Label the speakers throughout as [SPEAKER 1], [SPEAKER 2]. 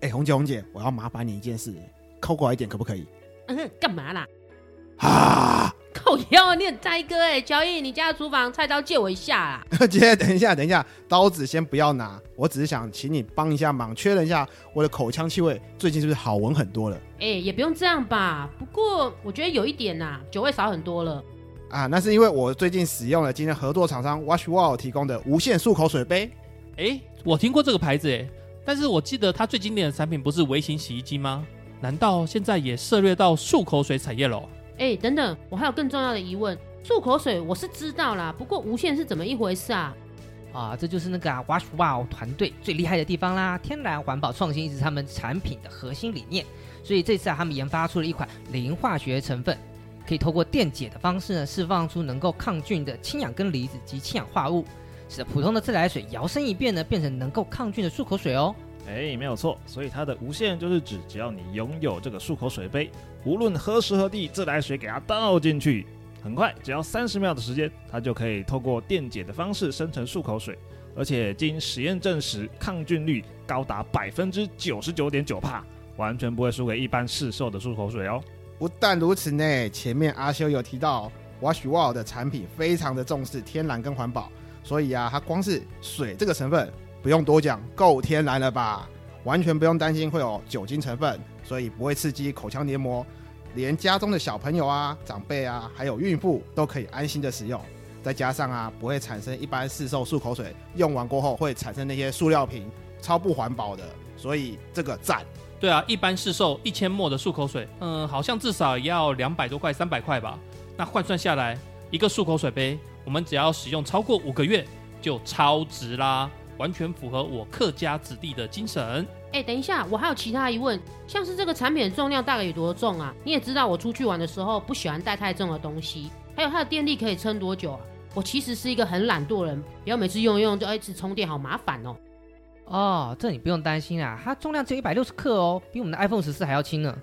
[SPEAKER 1] 哎、红姐红姐，我要麻烦你一件事，靠过来一点可不可以？
[SPEAKER 2] 嗯，干嘛啦？
[SPEAKER 1] 啊！
[SPEAKER 2] 靠腰，你很呆哥哎、乔伊，你家的厨房菜刀借我一下啦。
[SPEAKER 1] 姐，等一下，等一下，刀子先不要拿，我只是想请你帮一下忙，确认一下我的口腔气味最近是不是好闻很多了
[SPEAKER 2] 哎、也不用这样吧。不过我觉得有一点呐、酒味少很多了。
[SPEAKER 1] 啊？那是因为我最近使用了今天合作厂商 Wash Wall 提供的无线漱口水杯。
[SPEAKER 3] 哎，我听过这个牌子哎，但是我记得它最经典的产品不是微型洗衣机吗？难道现在也涉略到漱口水产业了？
[SPEAKER 2] 哎、等等，我还有更重要的疑问。漱口水我是知道啦，不过无线是怎么一回事啊？
[SPEAKER 4] 啊，这就是那个啊 Wash Wow 团队最厉害的地方啦！天然环保创新一直是他们产品的核心理念，所以这次啊，他们研发出了一款零化学成分，可以透过电解的方式呢，释放出能够抗菌的氢氧根离子及氢氧化物，使得普通的自来水摇身一变呢，变成能够抗菌的漱口水哦。
[SPEAKER 5] 哎，没有错，所以它的无限就是指，只要你拥有这个漱口水杯，无论何时何地，自来水给它倒进去，很快，只要三十秒的时间，它就可以透过电解的方式生成漱口水，而且经实验证实，抗菌率高达百分之九十九点九帕，完全不会输给一般市售的漱口水哦。
[SPEAKER 1] 不但如此呢，前面阿修有提到 Wash Wall 的产品非常的重视天然跟环保，所以啊，它光是水这个成分不用多讲，够天然了吧？完全不用担心会有酒精成分，所以不会刺激口腔黏膜，连家中的小朋友啊、长辈啊，还有孕妇都可以安心的使用。再加上啊，不会产生一般市售漱口水用完过后会产生那些塑料瓶，超不环保的，所以这个赞。
[SPEAKER 3] 对啊，一般市售一千沫的漱口水，嗯，好像至少也要两百多块、三百块吧。那换算下来，一个漱口水杯，我们只要使用超过五个月，就超值啦，完全符合我客家子弟的精神。
[SPEAKER 2] 哎、等一下，我还有其他疑问，像是这个产品的重量大概有多重啊？你也知道我出去玩的时候不喜欢带太重的东西，还有它的电力可以撑多久啊？我其实是一个很懒惰的人，不要每次用一用就哎一直充电，好麻烦哦。
[SPEAKER 4] 哦，这你不用担心啊，它重量只有一百六十克哦，比我们的 iPhone 十四还要轻呢。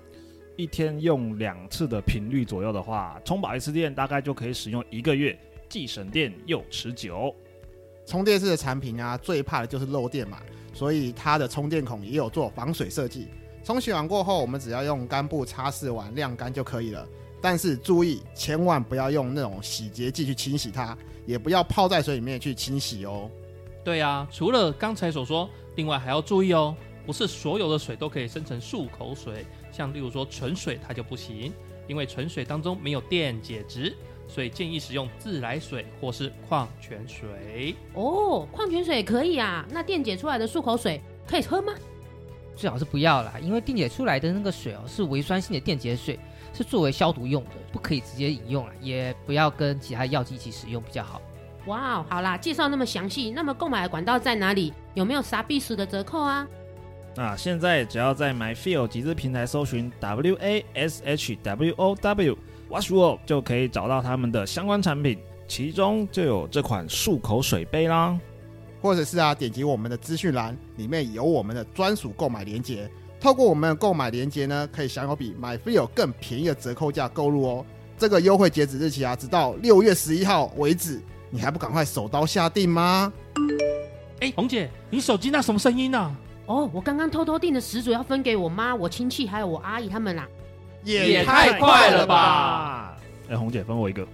[SPEAKER 5] 一天用两次的频率左右的话，充饱一次电大概就可以使用一个月，既省电又持久。
[SPEAKER 1] 充电式的产品啊，最怕的就是漏电嘛，所以它的充电孔也有做防水设计。冲洗完过后，我们只要用干布擦拭完晾干就可以了。但是注意，千万不要用那种洗洁剂去清洗它，也不要泡在水里面去清洗哦。
[SPEAKER 3] 对啊，除了刚才所说，另外还要注意哦，不是所有的水都可以生成漱口水，像例如说纯水它就不行，因为纯水当中没有电解质，所以建议使用自来水或是矿泉水。
[SPEAKER 2] 哦，矿泉水也可以啊，那电解出来的漱口水可以喝吗？
[SPEAKER 4] 最好是不要啦，因为电解出来的那个水哦是微酸性的电解水，是作为消毒用的，不可以直接饮用啊，也不要跟其他药剂一起使用比较好。
[SPEAKER 2] 哇哦，好啦，介绍那么详细，那么购买的管道在哪里？有没有啥必死的折扣啊？
[SPEAKER 5] 那现在只要在 MyFeel 集资平台搜寻 W A S H W O W Washwo 就可以找到他们的相关产品，其中就有这款漱口水杯啦。
[SPEAKER 1] 或者是啊，点击我们的资讯栏，里面有我们的专属购买链接。透过我们的购买链接呢，可以享有比 MyFeel 更便宜的折扣价购入哦。这个优惠截止日期啊，直到六月十一号为止，你还不赶快手刀下定吗？
[SPEAKER 3] 哎，红姐，你手机那什么声音啊？
[SPEAKER 2] 哦，我刚刚偷偷订的十组要分给我妈、我亲戚还有我阿姨他们啦。
[SPEAKER 3] 也太快了吧！
[SPEAKER 5] 哎，红姐分我一个。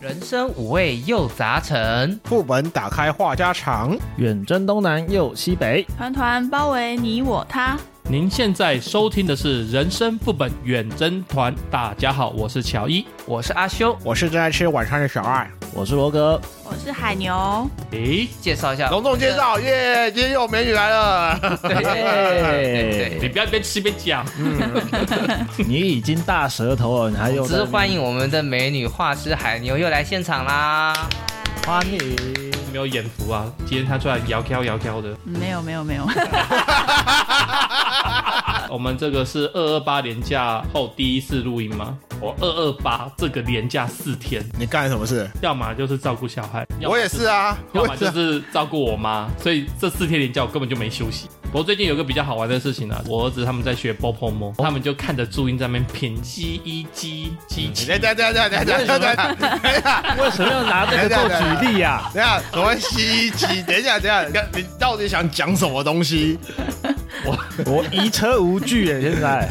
[SPEAKER 4] 人生五味又杂陈，
[SPEAKER 1] 副本打开话家常。
[SPEAKER 5] 远征东南又西北，
[SPEAKER 6] 团团包围你我他。
[SPEAKER 3] 您现在收听的是《人生副本远征团》，大家好，我是乔伊。
[SPEAKER 4] 我是阿修，
[SPEAKER 1] 我是正在吃晚餐的小爱，
[SPEAKER 5] 我是罗哥。
[SPEAKER 6] 我是海牛，
[SPEAKER 3] 诶，
[SPEAKER 4] 介绍一下，
[SPEAKER 1] 隆重介绍耶！今天又有美女来了，
[SPEAKER 4] 对，对
[SPEAKER 3] 你
[SPEAKER 4] 对
[SPEAKER 3] 不要一边吃一边讲。
[SPEAKER 5] 你已经大舌头了，你还有
[SPEAKER 4] 对，只是欢迎我们的美女画师海牛又来现场啦。
[SPEAKER 5] 欢迎。
[SPEAKER 3] 没有眼福啊！今天他出来摇飘摇飘的。
[SPEAKER 6] 没有没有 没有，
[SPEAKER 3] 我们这个是二二八连假后第一次录音吗？我二二八这个连假四天，
[SPEAKER 1] 你干了什么事？
[SPEAKER 3] 要么就是照顾小孩，要么
[SPEAKER 1] 我也是啊，
[SPEAKER 3] 要
[SPEAKER 1] 我
[SPEAKER 3] 么
[SPEAKER 1] 也。
[SPEAKER 3] 就是是照顾我妈，所以这四天连假我根本就没休息。不过最近有个比较好玩的事情呢、啊我儿子他们在学 b o p o m o 他们就看着注音在那边拼鸡一鸡鸡
[SPEAKER 1] 你
[SPEAKER 3] 鸡
[SPEAKER 1] 等，等等等等等等等 等等一下，
[SPEAKER 5] 为什么要拿这个做举例啊呀、
[SPEAKER 1] 等一下，什么西鸡？等一下，等一下，你到底想讲什么东西？
[SPEAKER 5] 我移车无惧耶，现在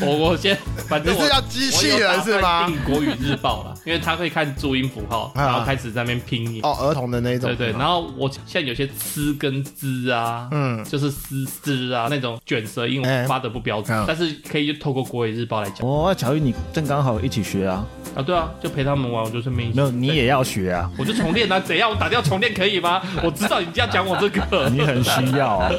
[SPEAKER 3] 我 我先，反
[SPEAKER 1] 嗯你
[SPEAKER 3] 正我
[SPEAKER 1] 是要机器
[SPEAKER 3] 我有打
[SPEAKER 1] 人
[SPEAKER 3] 算
[SPEAKER 1] 是吗？
[SPEAKER 3] 订国语日报啦，因为他会看注音符号，
[SPEAKER 1] 啊
[SPEAKER 3] 然后开始在那边拼音。
[SPEAKER 1] 哦，儿童的那一种。
[SPEAKER 3] 对对，然后我现在有些呲跟滋啊，
[SPEAKER 1] 嗯
[SPEAKER 3] 就是丝丝啊那种卷舌音，
[SPEAKER 1] 哎
[SPEAKER 3] 我发的不标准
[SPEAKER 1] 嗯，
[SPEAKER 3] 但是可以透过国语日报来讲
[SPEAKER 5] 哦，乔玉，你正刚好一起学啊，
[SPEAKER 3] 啊，对啊，就陪他们玩，我就顺便一起
[SPEAKER 5] 没有，你也要学啊，
[SPEAKER 3] 我就重练啊，怎样？我打掉重练可以吗？我知道你这样讲我这个，
[SPEAKER 5] 你很需要啊。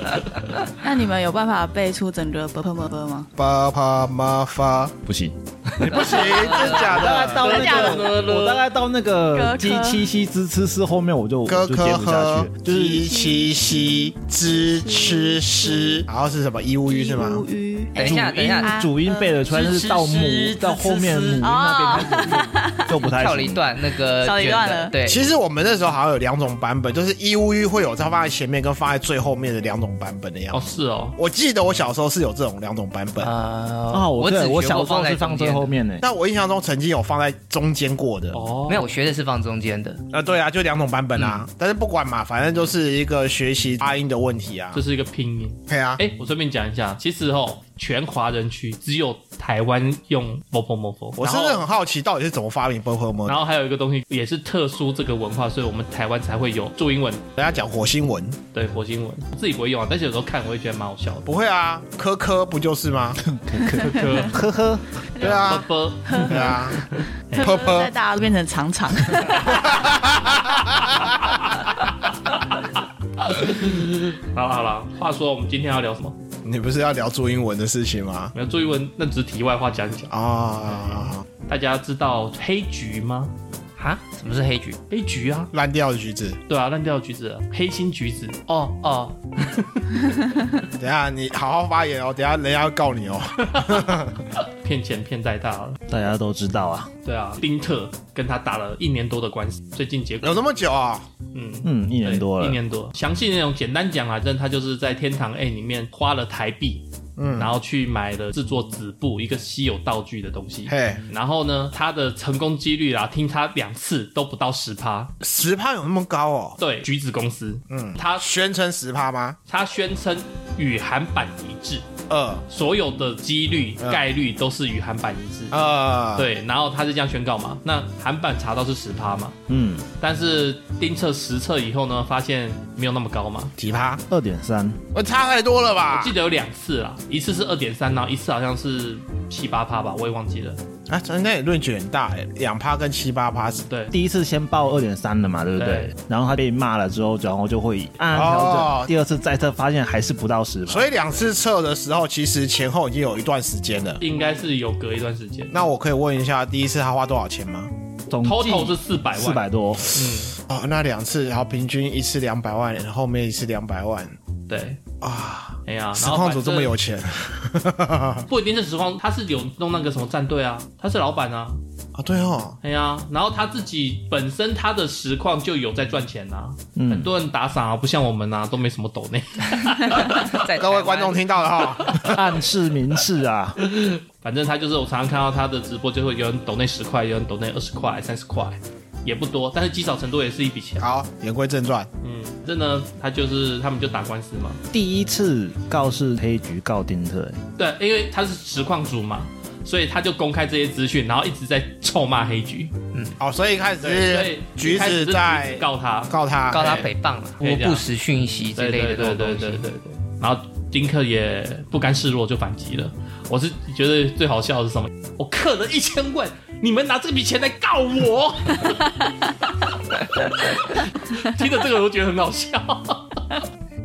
[SPEAKER 6] 那你们有办法背出整个 b p m b 吗？
[SPEAKER 1] 巴巴妈发，
[SPEAKER 5] 不行，
[SPEAKER 1] 你不行，真假
[SPEAKER 5] 大概
[SPEAKER 1] 的？
[SPEAKER 5] 到
[SPEAKER 7] 真假
[SPEAKER 5] 那
[SPEAKER 3] 的
[SPEAKER 5] 个，我大概到那个
[SPEAKER 6] 哥
[SPEAKER 5] 鸡
[SPEAKER 6] 科
[SPEAKER 5] 七七之吃吃后面，我就我
[SPEAKER 1] 哥
[SPEAKER 5] 就接
[SPEAKER 1] 科
[SPEAKER 5] 不下
[SPEAKER 1] 喝
[SPEAKER 5] 去，，就是
[SPEAKER 1] 鸡七西知吃诗，然后是什么？义乌鱼是吗？
[SPEAKER 6] 乌鱼，
[SPEAKER 4] 等一下，
[SPEAKER 5] 主
[SPEAKER 4] 等一下，
[SPEAKER 5] 音主音背得出来，但是到母到后面母音
[SPEAKER 6] 哦
[SPEAKER 5] 那边开始就就不太
[SPEAKER 4] 跳了一
[SPEAKER 5] 行。
[SPEAKER 4] 段那个
[SPEAKER 6] 啊少一
[SPEAKER 4] 卷
[SPEAKER 6] 段
[SPEAKER 4] 的
[SPEAKER 6] 了
[SPEAKER 4] 对，
[SPEAKER 1] 哎其实我们那时候好像有两种版本，就是义乌鱼会有它放在前面跟放在最后面的两种版本的样
[SPEAKER 3] 哦
[SPEAKER 1] 子。
[SPEAKER 3] 是哦，
[SPEAKER 1] 我记得我小时候是有这种两种版本，
[SPEAKER 5] 啊，
[SPEAKER 4] 啊
[SPEAKER 5] 我
[SPEAKER 4] 只
[SPEAKER 5] 对我
[SPEAKER 4] 学
[SPEAKER 5] 小
[SPEAKER 4] 过
[SPEAKER 5] 时候
[SPEAKER 4] 放在
[SPEAKER 5] 是放
[SPEAKER 4] 中
[SPEAKER 5] 最
[SPEAKER 4] 间
[SPEAKER 5] 后
[SPEAKER 4] 的，
[SPEAKER 5] 面呢，
[SPEAKER 1] 但我印象中曾经有放在中间过的。
[SPEAKER 3] 哦
[SPEAKER 4] 没有，我学的是放中间的。
[SPEAKER 1] 啊，对啊，就两种版本啊，
[SPEAKER 3] 嗯
[SPEAKER 1] 但是不管嘛，反正就是一个学习发音的问题啊
[SPEAKER 3] 这。是一个拼音。
[SPEAKER 1] 对啊，
[SPEAKER 3] 哎、我顺便讲一下，其实哦，全华人区只有台湾用 “mopo mopo”，
[SPEAKER 1] 我真的很好奇，到底是怎么发明 b u r p l e m o
[SPEAKER 3] 然后还有一个东西也是特殊这个文化，所以我们台湾才会有注英文，
[SPEAKER 1] 人家讲火星文，
[SPEAKER 3] 对火星文，自己不会用啊，但是有时候看我会觉得蛮好 笑的。
[SPEAKER 1] 不会啊，科科不就是 吗？
[SPEAKER 3] 科科，
[SPEAKER 5] 呵呵，
[SPEAKER 1] 对啊，
[SPEAKER 3] 波
[SPEAKER 1] 对 啊，
[SPEAKER 6] 科科在大家都变成长长，
[SPEAKER 3] 好了好了，话说我们今天要聊什么？
[SPEAKER 1] 你不是要聊注英文的事情吗？
[SPEAKER 3] 没有注英文，那只是题外话讲一讲。
[SPEAKER 1] 啊，
[SPEAKER 3] 大家知道黑菊吗？
[SPEAKER 4] 哈，什么是黑菊？
[SPEAKER 3] 黑菊啊，
[SPEAKER 1] 烂掉的橘子。
[SPEAKER 3] 对啊，烂掉的橘子了，黑心橘子。哦哦，
[SPEAKER 1] 等一下你好好发言哦，等一下人家要告你哦。
[SPEAKER 3] 骗钱骗太大了。
[SPEAKER 5] 大家都知道啊，
[SPEAKER 3] 对啊，丁特跟他打了一年多的官司，最近结果
[SPEAKER 1] 有那么久啊？
[SPEAKER 3] 嗯。
[SPEAKER 5] 嗯，
[SPEAKER 3] 一
[SPEAKER 5] 一年多了，
[SPEAKER 3] 一年多。详细内容简单讲啊，真的他就是在天堂 A 里面花了台币，
[SPEAKER 1] 嗯，
[SPEAKER 3] 然后去买了制作纸布一个稀有道具的东西。
[SPEAKER 1] 嘿，
[SPEAKER 3] 然后呢，他的成功几率啊，听他两次都不到十趴。
[SPEAKER 1] 十趴有那么高哦？
[SPEAKER 3] 对，橘子公司，
[SPEAKER 1] 嗯，
[SPEAKER 3] 他
[SPEAKER 1] 宣称十趴吗？
[SPEAKER 3] 他宣称与韩版一致，
[SPEAKER 1] 二
[SPEAKER 3] 所有的几率、
[SPEAKER 1] 嗯啊
[SPEAKER 3] 概率都是与韩版一致。
[SPEAKER 1] 二，
[SPEAKER 3] 对，然后他是这样宣告嘛？那韩版查到是十趴嘛？
[SPEAKER 5] 嗯，
[SPEAKER 3] 但是丁测实测以后呢，发现没有那么高嘛。
[SPEAKER 1] 几趴？
[SPEAKER 5] 二点三，
[SPEAKER 1] 我差太多了吧
[SPEAKER 3] 记？得有两次啦，一次是二点三，然后一次好像是七八趴吧，我也忘记了。
[SPEAKER 1] 啊，真的论据很大哎，两趴跟七八趴是
[SPEAKER 3] 对，
[SPEAKER 5] 第一次先报二点三的嘛，对不对
[SPEAKER 3] 对？
[SPEAKER 5] 然后他被骂了之后，然后就会暗暗调
[SPEAKER 1] 哦
[SPEAKER 5] 整。第二次再测发现还是不到十，
[SPEAKER 1] 所以两次测的时候，其实前后已经有一段时间了。
[SPEAKER 3] 应该是有隔一段时间。
[SPEAKER 1] 那我可以问一下，第一次他花多少钱吗？
[SPEAKER 5] 总计
[SPEAKER 3] total 是四百万，
[SPEAKER 5] 四百多，
[SPEAKER 3] 嗯，
[SPEAKER 1] 哦，那两次，然后平均一次两百万，然后面一次两百万
[SPEAKER 3] 对，
[SPEAKER 1] 啊！
[SPEAKER 3] 哎呀，
[SPEAKER 1] 实
[SPEAKER 3] 然后
[SPEAKER 1] 况
[SPEAKER 3] 反
[SPEAKER 1] 组
[SPEAKER 3] 正
[SPEAKER 1] 这么有，钱啊？
[SPEAKER 3] 不一定是实况，他是有弄那个什么战队啊，他是老板啊，
[SPEAKER 1] 对哦，
[SPEAKER 3] 哎呀，然后他自己本身他的实况就有在赚钱呐、很
[SPEAKER 5] 嗯，
[SPEAKER 3] 多人打赏啊，不像我们啊，都没什么抖内。
[SPEAKER 4] 在
[SPEAKER 1] 各
[SPEAKER 4] 台
[SPEAKER 1] 位
[SPEAKER 4] 湾
[SPEAKER 1] 观众听到了 哈，
[SPEAKER 5] 暗示明示啊，
[SPEAKER 3] 反正他就是我常常看到他的直播，就会有人抖内十块，有人抖内二十块、三十块，也不多，但是积少成多也是一笔钱。
[SPEAKER 1] 好，言归正传，
[SPEAKER 3] 嗯，这呢，他就是他们就打官司嘛。
[SPEAKER 5] 第一次告是黑局告丁特，欸
[SPEAKER 3] 对，因为他是实况组嘛，所以他就公开这些资讯，然后一直在臭骂黑局。
[SPEAKER 1] 好，所以一开始
[SPEAKER 3] 对，所
[SPEAKER 1] 是
[SPEAKER 3] 以一
[SPEAKER 1] 橘
[SPEAKER 3] 开始是
[SPEAKER 1] 子
[SPEAKER 3] 橘
[SPEAKER 1] 在
[SPEAKER 3] 告他，
[SPEAKER 1] 告他，
[SPEAKER 4] 告他诽谤了，
[SPEAKER 3] 可以
[SPEAKER 4] 我
[SPEAKER 3] 这样
[SPEAKER 4] 不实讯息之
[SPEAKER 3] 对
[SPEAKER 4] 类的
[SPEAKER 3] 对对
[SPEAKER 4] 这种
[SPEAKER 3] 对
[SPEAKER 4] 东
[SPEAKER 3] 对
[SPEAKER 4] 西
[SPEAKER 3] 对。对。然后丁克也不甘示弱，就反击了。我是觉得最好笑的是什么？我刻了一千万，你们拿这笔钱来告 我，听着这个我觉得很好笑。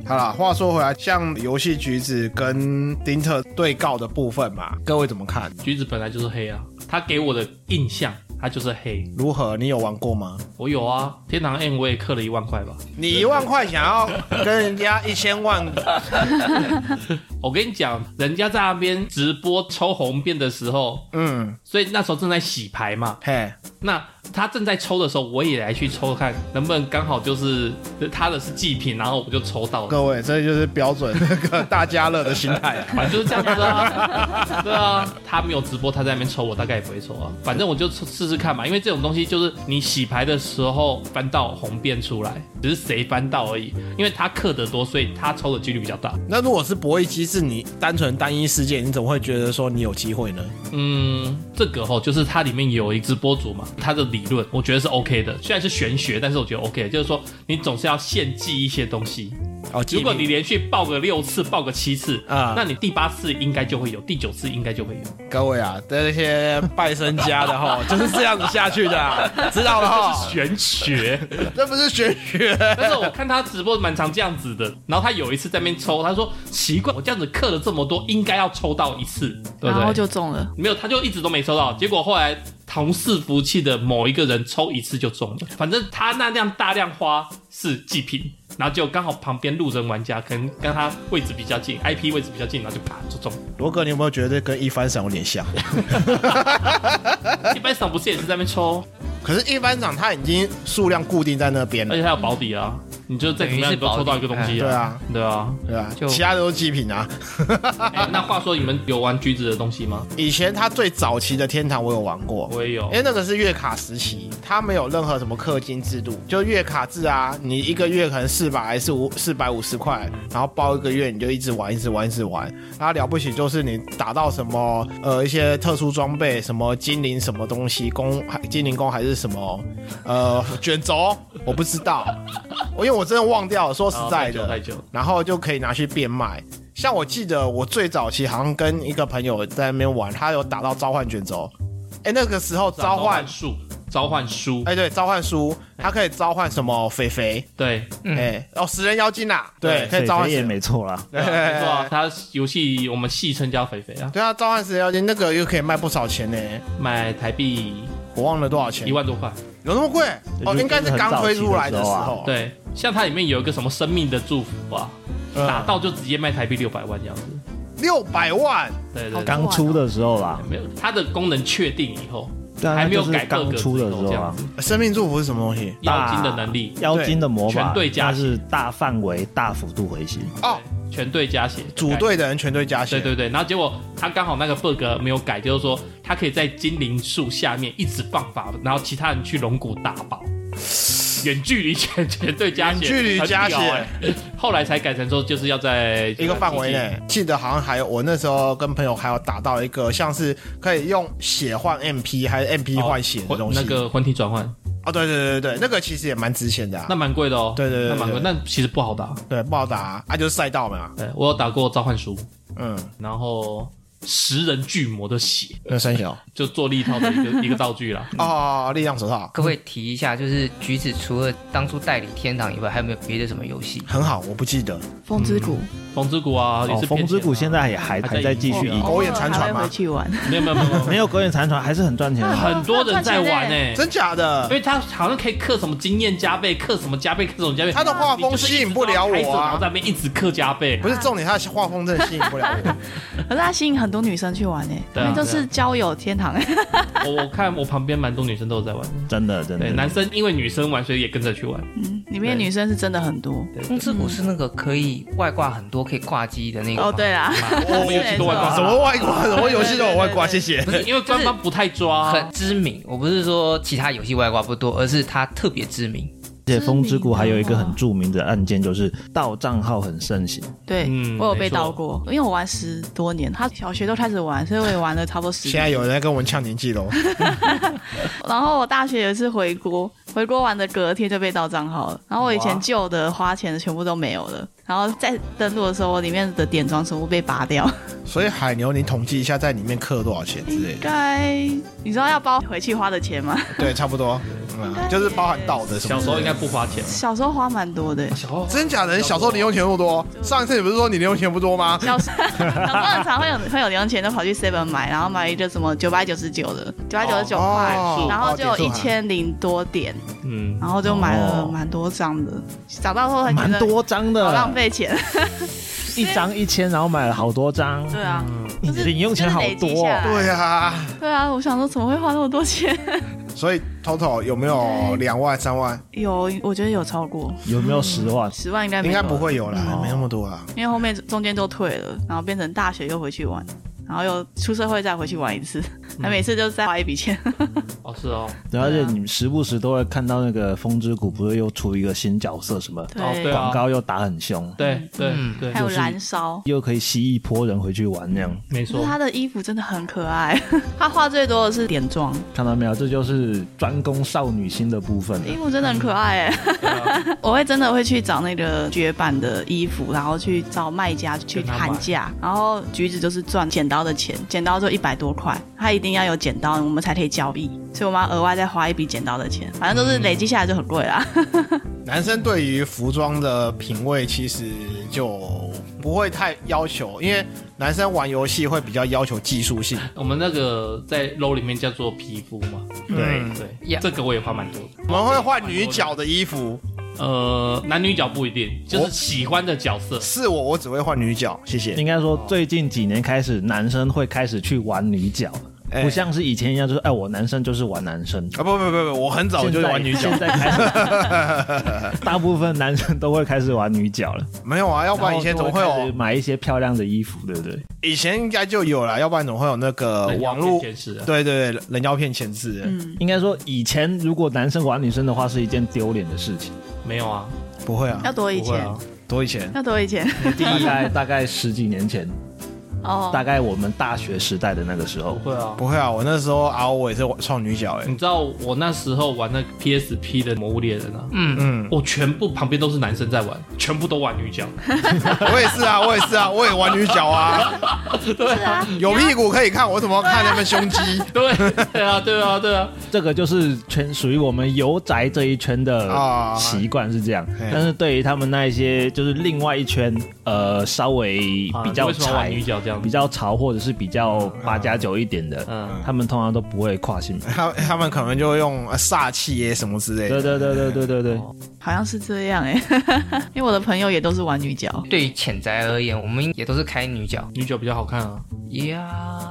[SPEAKER 1] 好啦，话说回来，像游戏橘子跟丁特对告的部分嘛，各位怎么看？
[SPEAKER 3] 橘子本来就是黑啊，他给我的印象他就是黑。
[SPEAKER 1] 如何？你有玩过吗？
[SPEAKER 3] 我有啊，天堂 M 我也刻了一万块吧。
[SPEAKER 1] 你一万块想要跟人家一千万，
[SPEAKER 3] 我跟你讲，人家在那边直播抽红变的时候，
[SPEAKER 1] 嗯，
[SPEAKER 3] 所以那时候正在洗牌嘛，
[SPEAKER 1] 嘿，
[SPEAKER 3] 那他正在抽的时候，我也来去抽看能不能刚好就是他的是祭品，然后我就抽到了，
[SPEAKER 1] 各位，这就是标准那个大家乐的心态 啊。
[SPEAKER 3] 反正就是这样子啊。对啊，他没有直播，他在那边抽，我大概也不会抽啊。反正我就试试看嘛，因为这种东西就是你洗牌的时候翻到红变出来，只是谁翻到而已。因为他克得多，所以他抽的几率比较大。
[SPEAKER 8] 那如果是博弈机制，你单纯单一事件，你怎么会觉得说你有机会呢？
[SPEAKER 3] 嗯，这个吼、就是它里面有一个直播主嘛，他的理论我觉得是 OK 的，虽然是玄学，但是我觉得 OK，就是说你总是要献祭一些东西。
[SPEAKER 8] 哦，
[SPEAKER 3] 如果
[SPEAKER 8] 机
[SPEAKER 3] 你
[SPEAKER 8] 密
[SPEAKER 3] 连续爆个六次、爆个七次，
[SPEAKER 8] 啊
[SPEAKER 3] 那你第八次应该就会有，第九次应该就会有。
[SPEAKER 8] 各位啊，这些拜身家 的哈，就是这样子下去的、啊，知道了哈？
[SPEAKER 3] 玄学，
[SPEAKER 8] 这不是玄学，
[SPEAKER 3] 但是我看他直播蛮常这样子的。然后他有一次在那边抽，他说奇怪，我这样子刻了这么多，应该要抽到一次，对不
[SPEAKER 6] 然后
[SPEAKER 3] 对？
[SPEAKER 6] 就中了。
[SPEAKER 3] 没有，他就一直都没抽到。结果后来同伺服器的某一个人抽一次就中了，反正他那辆大量花是祭品，然后就刚好旁边路人玩家可能跟他位置比较近，IP 位置比较近，然后就啪就中了。
[SPEAKER 8] 罗哥，你有没有觉得跟一番赏有点像？
[SPEAKER 3] 一般赏不是也是在那边抽，
[SPEAKER 1] 可是，一班长他已经数量固定在那边
[SPEAKER 3] 而
[SPEAKER 1] 了，
[SPEAKER 3] 且他有保底啊，你就再怎么样你都抽到一个东西
[SPEAKER 1] 嗯对，啊，
[SPEAKER 3] 对啊。
[SPEAKER 1] 对啊
[SPEAKER 4] 就，
[SPEAKER 1] 其他的都是祭品啊。
[SPEAKER 3] 哎那话说你们有玩橘子的东西吗？
[SPEAKER 1] 以前他最早期的天堂我有玩过，
[SPEAKER 3] 我也有
[SPEAKER 1] 因。为那个是月卡时期，它没有任何什么氪金制度，就月卡制啊，你一个月可能四百还是五四百五十块，然后包一个月你就一直玩，一直玩，一直玩。然后了不起就是你打到什么呃一些特殊装备，什么精灵什么东西弓，精灵弓还是什么呃卷轴，我不知道，因为我真的忘掉了。说实
[SPEAKER 3] 啊
[SPEAKER 1] 在
[SPEAKER 3] 太久
[SPEAKER 1] 的，
[SPEAKER 3] 太久
[SPEAKER 1] 然后就可以拿去变卖。像我记得我最早期好像跟一个朋友在那边玩，他有打到召唤卷轴，哎，那个时候召唤，
[SPEAKER 3] 术，召唤书，
[SPEAKER 1] 哎对，召唤书，它可以召唤什么肥肥，
[SPEAKER 3] 对，
[SPEAKER 4] 嗯
[SPEAKER 1] 哎哦食人妖精啦，对，可
[SPEAKER 5] 所
[SPEAKER 1] 以
[SPEAKER 3] 啊
[SPEAKER 1] 召唤
[SPEAKER 5] 以
[SPEAKER 1] 食
[SPEAKER 5] 也
[SPEAKER 1] 人
[SPEAKER 5] 没错啦。
[SPEAKER 3] 对啊
[SPEAKER 1] 哎
[SPEAKER 3] 没错啊，他游戏我们戏称叫肥肥 啊，
[SPEAKER 1] 对啊，召唤食人妖精那个又可以卖不少钱呢，
[SPEAKER 3] 买台币
[SPEAKER 1] 我忘了多少钱
[SPEAKER 3] 一，万多块。
[SPEAKER 1] 有那么贵？
[SPEAKER 5] 对
[SPEAKER 1] 哦，
[SPEAKER 5] 就是
[SPEAKER 1] 应该是刚推出来的时候，，
[SPEAKER 3] 啊对，像它里面有一个什么生命的祝福啊，
[SPEAKER 1] 嗯
[SPEAKER 3] 打到就直接卖台币六百万这样子。
[SPEAKER 1] 六百万，
[SPEAKER 3] 对对对，
[SPEAKER 5] 刚出的时候啦，
[SPEAKER 3] 没有它的功能确定以后，
[SPEAKER 5] 对啊
[SPEAKER 3] 还没有
[SPEAKER 5] 就是
[SPEAKER 3] 改 bug
[SPEAKER 5] 刚出的时
[SPEAKER 3] 这
[SPEAKER 5] 候
[SPEAKER 3] 样
[SPEAKER 5] 啊
[SPEAKER 3] 子，，
[SPEAKER 1] 生命祝福是什么东西？
[SPEAKER 3] 妖精的能力，
[SPEAKER 5] 妖精的魔
[SPEAKER 3] 全
[SPEAKER 5] 法，
[SPEAKER 3] 队加
[SPEAKER 5] 它是大范围、大幅度回吸，
[SPEAKER 1] 哦，
[SPEAKER 3] 全队加血，
[SPEAKER 1] 组队的人全队加
[SPEAKER 3] 对
[SPEAKER 1] 血，
[SPEAKER 3] 对对，然后结果他刚好那个 bug 没有改，就是说他可以在精灵树下面一直放法，然后其他人去龙骨打 爆，远距离全全队加血，
[SPEAKER 1] 远距离
[SPEAKER 3] 很
[SPEAKER 1] 加
[SPEAKER 3] 屌
[SPEAKER 1] 血
[SPEAKER 3] 欸， 后来才改成说就是要在
[SPEAKER 1] 一个范围内，记得好像还有我那时候跟朋友还有打到一个像是可以用血换 MP 还是 MP 换血的
[SPEAKER 3] 混
[SPEAKER 1] 东西，
[SPEAKER 3] 那个魂体转换，
[SPEAKER 1] 哦，对对对对，那个其实也蛮值钱的、啊
[SPEAKER 3] 那，蛮贵的哦，
[SPEAKER 1] 对对对
[SPEAKER 3] 那蛮贵，
[SPEAKER 1] 对
[SPEAKER 3] 那其实不好打。
[SPEAKER 1] 对，不好打啊，啊就是赛道嘛，
[SPEAKER 3] 对我有打过召唤书，
[SPEAKER 1] 嗯，
[SPEAKER 3] 然后食人巨魔的血，
[SPEAKER 1] 那三小
[SPEAKER 3] 就做力套的 一个一个道具啦。
[SPEAKER 1] 哦，力量手套
[SPEAKER 4] 各位提一下，就是橘子除了当初代理天堂以外，还有没有别的什么游戏？
[SPEAKER 1] 很好，我不记得，
[SPEAKER 6] 风之谷，
[SPEAKER 3] 风之谷啊，也
[SPEAKER 5] 哦
[SPEAKER 3] 是，骗
[SPEAKER 5] 风之
[SPEAKER 3] 钱
[SPEAKER 5] 谷
[SPEAKER 3] 啊
[SPEAKER 5] 现在也
[SPEAKER 3] 还
[SPEAKER 5] 还
[SPEAKER 3] 在
[SPEAKER 5] 还在继续
[SPEAKER 1] 营
[SPEAKER 5] 赢
[SPEAKER 1] 哦，狗眼馋
[SPEAKER 6] 还
[SPEAKER 1] 喘
[SPEAKER 6] 会
[SPEAKER 1] 吗
[SPEAKER 6] 回 去玩，
[SPEAKER 3] 没有没有没 有没有
[SPEAKER 5] 没有狗眼残船还是很赚钱啊的。
[SPEAKER 3] 很多人在玩欸
[SPEAKER 6] 赚
[SPEAKER 3] 呢、
[SPEAKER 6] 钱
[SPEAKER 1] 真假
[SPEAKER 3] 因
[SPEAKER 1] 的，
[SPEAKER 3] 为他好像可以刻什么经验加倍，刻什么加倍，刻什么加倍。
[SPEAKER 1] 他的画
[SPEAKER 3] 你
[SPEAKER 1] 风
[SPEAKER 3] 就是一
[SPEAKER 1] 吸
[SPEAKER 3] 直
[SPEAKER 1] 引不了
[SPEAKER 3] 都要开
[SPEAKER 1] 我
[SPEAKER 3] 着然后在
[SPEAKER 1] 啊，
[SPEAKER 3] 那边一直刻 加倍
[SPEAKER 1] 不。是重点，他的画风真的吸引不了我，
[SPEAKER 6] 可是它吸引很多女生去玩诶，
[SPEAKER 3] 对啊
[SPEAKER 6] 因为这是交友天堂。
[SPEAKER 3] 我我看我旁边蛮多女生都有在玩，
[SPEAKER 4] 嗯
[SPEAKER 5] 真的真
[SPEAKER 3] 对，
[SPEAKER 5] 的
[SPEAKER 3] 男，生因为女生玩，所以也跟着 去玩。
[SPEAKER 6] 嗯，里面的女生是真的很多。
[SPEAKER 4] 风之嗯谷是那个可以外挂很多可以挂机的那个吗
[SPEAKER 6] 哦，对啦，
[SPEAKER 3] 我们游戏都玩
[SPEAKER 6] 啊
[SPEAKER 1] 什
[SPEAKER 3] 过，
[SPEAKER 1] 么外挂，什么游戏都有外挂，谢谢。
[SPEAKER 3] 不是因为官方不太抓啊
[SPEAKER 4] 很知名。我不是说其他游戏外挂不多，而是它特别知名。
[SPEAKER 5] 而且风之谷还有一个很著名的案件，就是盗账号很盛行，
[SPEAKER 6] 对
[SPEAKER 3] 嗯，
[SPEAKER 6] 我有被
[SPEAKER 3] 没错
[SPEAKER 6] 盗过，因为我玩十多年，他小学都开始玩，所以我也玩了差不多十
[SPEAKER 1] 现在
[SPEAKER 6] 年。
[SPEAKER 1] 有人在跟我们呛年纪喽，
[SPEAKER 6] 然后我大学有一次回国，回国玩的隔天就被盗账号了，然后我以前旧的花钱的全部都没有了，然后在登录的时候，我里面的点装全部被拔掉。
[SPEAKER 1] 所以海牛，你统计一下在里面氪多少钱之类的，
[SPEAKER 6] 该你知道要包回去花的钱吗？
[SPEAKER 1] 对，差不多，嗯，就是包含道德什么
[SPEAKER 3] 小
[SPEAKER 1] 之类的。
[SPEAKER 3] 时候应该不花钱。，
[SPEAKER 6] 小时候花蛮多的
[SPEAKER 5] 哦
[SPEAKER 3] 小时候
[SPEAKER 1] 真假的？你小时候零用钱那么多？上一次你不是说你零用钱不多吗？
[SPEAKER 6] 小时候很常会有会有零用钱，都跑去 seven 买，然后买一个什么九百九十九的，九百九十九块。
[SPEAKER 1] 哦
[SPEAKER 6] 然后就有
[SPEAKER 1] 点
[SPEAKER 6] 一
[SPEAKER 1] 数啊
[SPEAKER 6] 千零多点，
[SPEAKER 3] 嗯，
[SPEAKER 6] 然后就买了
[SPEAKER 5] 哦
[SPEAKER 6] 蛮多张的。长大
[SPEAKER 3] 哎
[SPEAKER 6] 后才觉
[SPEAKER 5] 蛮
[SPEAKER 6] 得
[SPEAKER 5] 多张
[SPEAKER 6] 好浪
[SPEAKER 5] 的，
[SPEAKER 6] 费钱，
[SPEAKER 5] 一张一千，然后买了好多张，
[SPEAKER 6] 对啊，
[SPEAKER 5] 你
[SPEAKER 6] 就是
[SPEAKER 5] 零用钱好
[SPEAKER 6] 就是累积
[SPEAKER 3] 哎
[SPEAKER 5] 多哦。
[SPEAKER 6] 下来
[SPEAKER 1] 对啊，
[SPEAKER 6] 对啊，我想说怎么会花那么多钱？
[SPEAKER 1] 所以 total 有没
[SPEAKER 6] 哎
[SPEAKER 1] 有两万、三万？
[SPEAKER 6] 有，我觉得有超过
[SPEAKER 5] 有没有十万？
[SPEAKER 6] 十万，应该没
[SPEAKER 1] 应该
[SPEAKER 6] 有
[SPEAKER 1] 不会有啦，
[SPEAKER 6] 嗯
[SPEAKER 1] 没那么多啊啦。
[SPEAKER 6] 因为后面中间都退了，然后变成大学又回去玩，然后又出社会再回去玩一次，他每次就再花一笔钱。
[SPEAKER 3] 哦，是哦，
[SPEAKER 5] 对，啊而
[SPEAKER 1] 啊
[SPEAKER 5] 且你们时不时都会看到那个《风之谷》，不是又出一个新角色，什么
[SPEAKER 3] 哦对
[SPEAKER 6] 对，
[SPEAKER 3] 啊
[SPEAKER 5] 广告又打很凶，
[SPEAKER 3] 对对
[SPEAKER 4] 嗯
[SPEAKER 3] 对
[SPEAKER 6] 还，有
[SPEAKER 5] 就是
[SPEAKER 6] 燃烧。
[SPEAKER 5] 又可以吸一波人回去玩那
[SPEAKER 1] 嗯
[SPEAKER 5] 样。
[SPEAKER 3] 没
[SPEAKER 6] 就
[SPEAKER 3] 错
[SPEAKER 6] 是，他的衣服真的很可爱， 他画最多的是点妆，
[SPEAKER 5] 看到没有？这就是专攻少女心的部分了啊
[SPEAKER 6] 衣服真的很可爱哎！
[SPEAKER 3] 对啊
[SPEAKER 6] 我会真的会去找那个绝版的衣服，然后去找卖家去
[SPEAKER 3] 跟他买
[SPEAKER 6] 喊价，然后橘子就是赚剪刀的钱，剪刀就一百多块，他一定要有剪刀，我们才可以交易，所以我们要额外再花一笔剪刀的钱，反正都是累积下来就很贵啦。
[SPEAKER 3] 嗯
[SPEAKER 1] 男生对于服装的品味其实就不会太要求，因为男生玩游戏会比较要求技术性。
[SPEAKER 3] 我们那个在 low 里面叫做皮肤嘛，嗯
[SPEAKER 1] 对，
[SPEAKER 3] 对，这个我也花蛮多的。
[SPEAKER 1] 我们会换女角的衣服，
[SPEAKER 3] 呃，男女角不一定，就是喜欢的角色。
[SPEAKER 1] 是我，我只会换女角，谢谢。
[SPEAKER 5] 应该说，最近几年开始，男生会开始去玩女角，
[SPEAKER 1] 哎
[SPEAKER 5] 不像是以前一样，就是哎，我男生就是玩男生。
[SPEAKER 1] 啊，不不不不，我很早就玩女角
[SPEAKER 5] 现，在开始， 大部分男生都会开始玩女角了。
[SPEAKER 1] 没有啊，要
[SPEAKER 5] 要
[SPEAKER 1] 不然以前总会有，
[SPEAKER 5] 买一些漂亮的衣服，对不对？
[SPEAKER 1] 以前应该就有了，要不然总会有那个
[SPEAKER 3] 人妖
[SPEAKER 1] 呃网络，
[SPEAKER 3] 天使啊，
[SPEAKER 1] 对对对，人妖片前置。
[SPEAKER 6] 嗯，
[SPEAKER 5] 应该说，以前如果男生玩女生的话，是一件丢脸的事 情。
[SPEAKER 3] 没有啊，
[SPEAKER 1] 不会啊，
[SPEAKER 6] 要多以
[SPEAKER 3] 不会
[SPEAKER 6] 前，
[SPEAKER 3] 啊，
[SPEAKER 1] 多以前，
[SPEAKER 6] 要多以 前
[SPEAKER 5] 大概大概十几年前，
[SPEAKER 6] 哦。
[SPEAKER 5] 大概我们大学时代的那个时
[SPEAKER 3] 不
[SPEAKER 5] 候，
[SPEAKER 3] 会啊。
[SPEAKER 1] 不会啊，我那时候 R 我也是创女角哎、
[SPEAKER 3] 你知道我那时候玩那个 PSP 的《魔物猎人》啊，
[SPEAKER 4] 嗯，
[SPEAKER 1] 嗯，
[SPEAKER 3] 我全部旁边都是男生在玩，全部都玩女角。
[SPEAKER 1] 我也是啊，我也是啊，我也玩女角 啊，
[SPEAKER 6] 是啊，
[SPEAKER 1] 有屁股可以看，我怎么要看他们胸肌？
[SPEAKER 3] 对 对啊，对啊，对啊，
[SPEAKER 5] 这个就是全属于我们游宅这一圈的
[SPEAKER 1] 啊
[SPEAKER 5] 习惯是这样
[SPEAKER 1] 嘿。
[SPEAKER 5] 但是对于他们那一些就是另外一圈，呃，稍微比
[SPEAKER 3] 啊
[SPEAKER 5] 较
[SPEAKER 3] 为什么玩
[SPEAKER 5] 柴、
[SPEAKER 3] 女角这样
[SPEAKER 5] 比
[SPEAKER 3] 子？
[SPEAKER 5] 较潮或者是比较八加九一点的，
[SPEAKER 3] 嗯，哎
[SPEAKER 5] 他们通常都不会跨性
[SPEAKER 6] 啊
[SPEAKER 5] 别。
[SPEAKER 1] 他他们可能就会用呃煞气耶什么之类
[SPEAKER 5] 对
[SPEAKER 1] 的。
[SPEAKER 5] 对对对对对对，
[SPEAKER 3] 哦
[SPEAKER 6] 好像是这样哎、欸， 因为我的朋友也都是玩女角，
[SPEAKER 4] 对于潜宅而言，我们也都是开女角哦
[SPEAKER 3] 女角比较好看啊。
[SPEAKER 5] 嗯
[SPEAKER 4] 呀，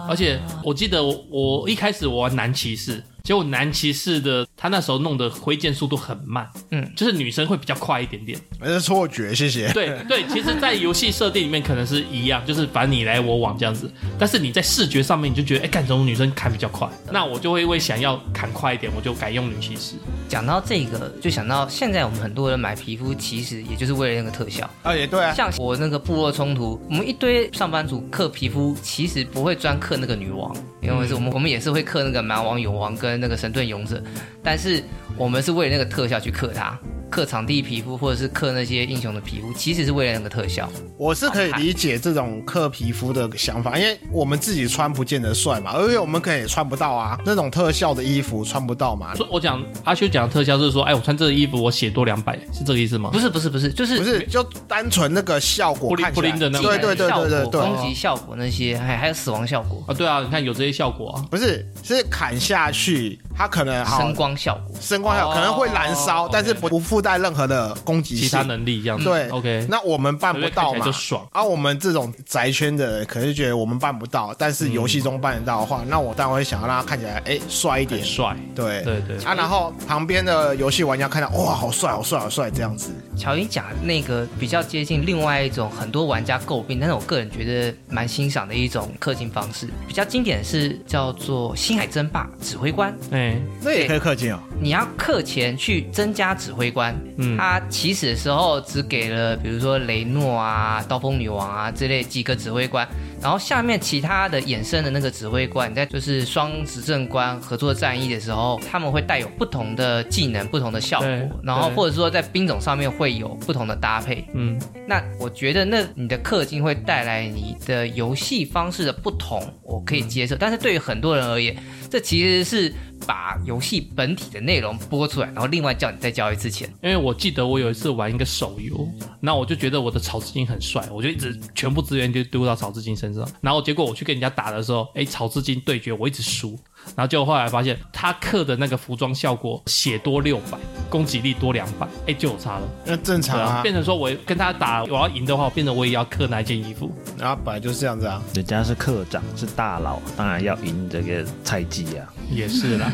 [SPEAKER 3] 而且我记得我我一开始我玩男骑士，结果男骑士的他那时候弄的挥剑速度很慢，
[SPEAKER 4] 嗯
[SPEAKER 3] 就是女生会比较快一点点。
[SPEAKER 1] 那是错觉，谢谢。
[SPEAKER 3] 对对，其实，在游戏设定里面可能是一样，就是反正你来我往这样子，但是你在视觉上面你就觉得，哎，干什么女生砍比较快？那我就会因为想要砍快一点，我就改用女骑士。
[SPEAKER 4] 讲到这个，就想到现在我们很多人买皮肤，其实也就是为了那个特效。
[SPEAKER 1] 啊，也对啊，
[SPEAKER 4] 像我那个部落冲突，我们一堆上班族刻皮肤，其实不会专刻那个女王，因为是我们我们也是会刻那个蛮王、勇王跟那个神盾勇者，但是我们是为了那个特效去刻它，刻场地皮肤或者是刻那些英雄的皮肤，其实是为了那个特效。
[SPEAKER 1] 我是可以理解这种刻皮肤的想法，因为我们自己穿不见得帅嘛，而且我们可能也穿不到啊，那种特效的衣服穿不到嘛。
[SPEAKER 3] 所以我讲阿修讲的特效是说，哎，我穿这个衣服我血多两百，是这个意思吗？
[SPEAKER 4] 不是不是不是，就是
[SPEAKER 1] 不是，就单纯那个效果
[SPEAKER 3] 布灵
[SPEAKER 1] 看起来，
[SPEAKER 3] 布灵的那种
[SPEAKER 1] 对对对
[SPEAKER 4] 效果
[SPEAKER 1] 对对对，
[SPEAKER 4] 攻击效果那些，还还有死亡效果、
[SPEAKER 3] 啊，对啊，你看有这些效果啊。
[SPEAKER 1] 不是，是砍下去，它可能好
[SPEAKER 4] 声光效果。
[SPEAKER 1] 声光效
[SPEAKER 3] 哦
[SPEAKER 1] 可能会燃烧，
[SPEAKER 3] OK
[SPEAKER 1] 但是不不附带任何的攻击
[SPEAKER 3] 其他
[SPEAKER 1] 性。
[SPEAKER 3] 能力这样子。
[SPEAKER 1] 对
[SPEAKER 3] ，OK，
[SPEAKER 1] 那我们办不到
[SPEAKER 3] 所以看起来
[SPEAKER 1] 嘛
[SPEAKER 3] 就？爽。
[SPEAKER 1] 啊，我们这种宅圈的人可能就觉得我们办不到，但是游戏中办得到的话，
[SPEAKER 3] 嗯
[SPEAKER 1] 那我当然会想要让他看起来哎帅一点
[SPEAKER 3] 很，帅，
[SPEAKER 1] 对
[SPEAKER 3] 对对
[SPEAKER 1] 啊，然后旁边的游戏玩家看到哇好帅好帅好帅这样子，
[SPEAKER 4] 乔伊讲那个比较接近另外一种很多玩家诟病，但是我个人觉得蛮欣赏的一种氪金方式。比较经典的是叫做星海争霸指挥官，
[SPEAKER 3] 哎，
[SPEAKER 1] 那也可以氪金哦。
[SPEAKER 4] 你要氪钱去增加指挥官。
[SPEAKER 3] 嗯，
[SPEAKER 4] 他起始的时候只给了比如说雷诺啊、刀锋女王啊之类几个指挥官，然后下面其他的衍生的那个指挥官，你在就是双执政官合作战役的时候，他们会带有不同的技能、不同的效果
[SPEAKER 3] 对，
[SPEAKER 4] 然后
[SPEAKER 3] 对
[SPEAKER 4] 或者说在兵种上面会有不同的搭配。
[SPEAKER 3] 嗯，
[SPEAKER 4] 那我觉得那你的氪金会带来你的游戏方式的不同，我可以接受。但是对于很多人而言，这其实是把游戏本体的内容播出来，然后另外叫你再交一次钱。
[SPEAKER 3] 因为我记得我有一次玩一个手游，那我就觉得我的草之金很帅，我就一直全部资源就丢到草之金身上，然后结果我去跟人家打的时候，哎，草之金对哎决我一直输，然后结果后来发现他刻的那个服装效果血多六百，攻击力多两百，哎，就有差了。
[SPEAKER 1] 那正常
[SPEAKER 3] 对啊，
[SPEAKER 1] 啊，
[SPEAKER 3] 变成说我跟他打，我要赢的话，变成我也要克那件衣服。
[SPEAKER 1] 然后本来就是这样子啊。
[SPEAKER 5] 人家是课长，是大佬，当然要赢这个菜鸡 啊，
[SPEAKER 3] 也 是啦，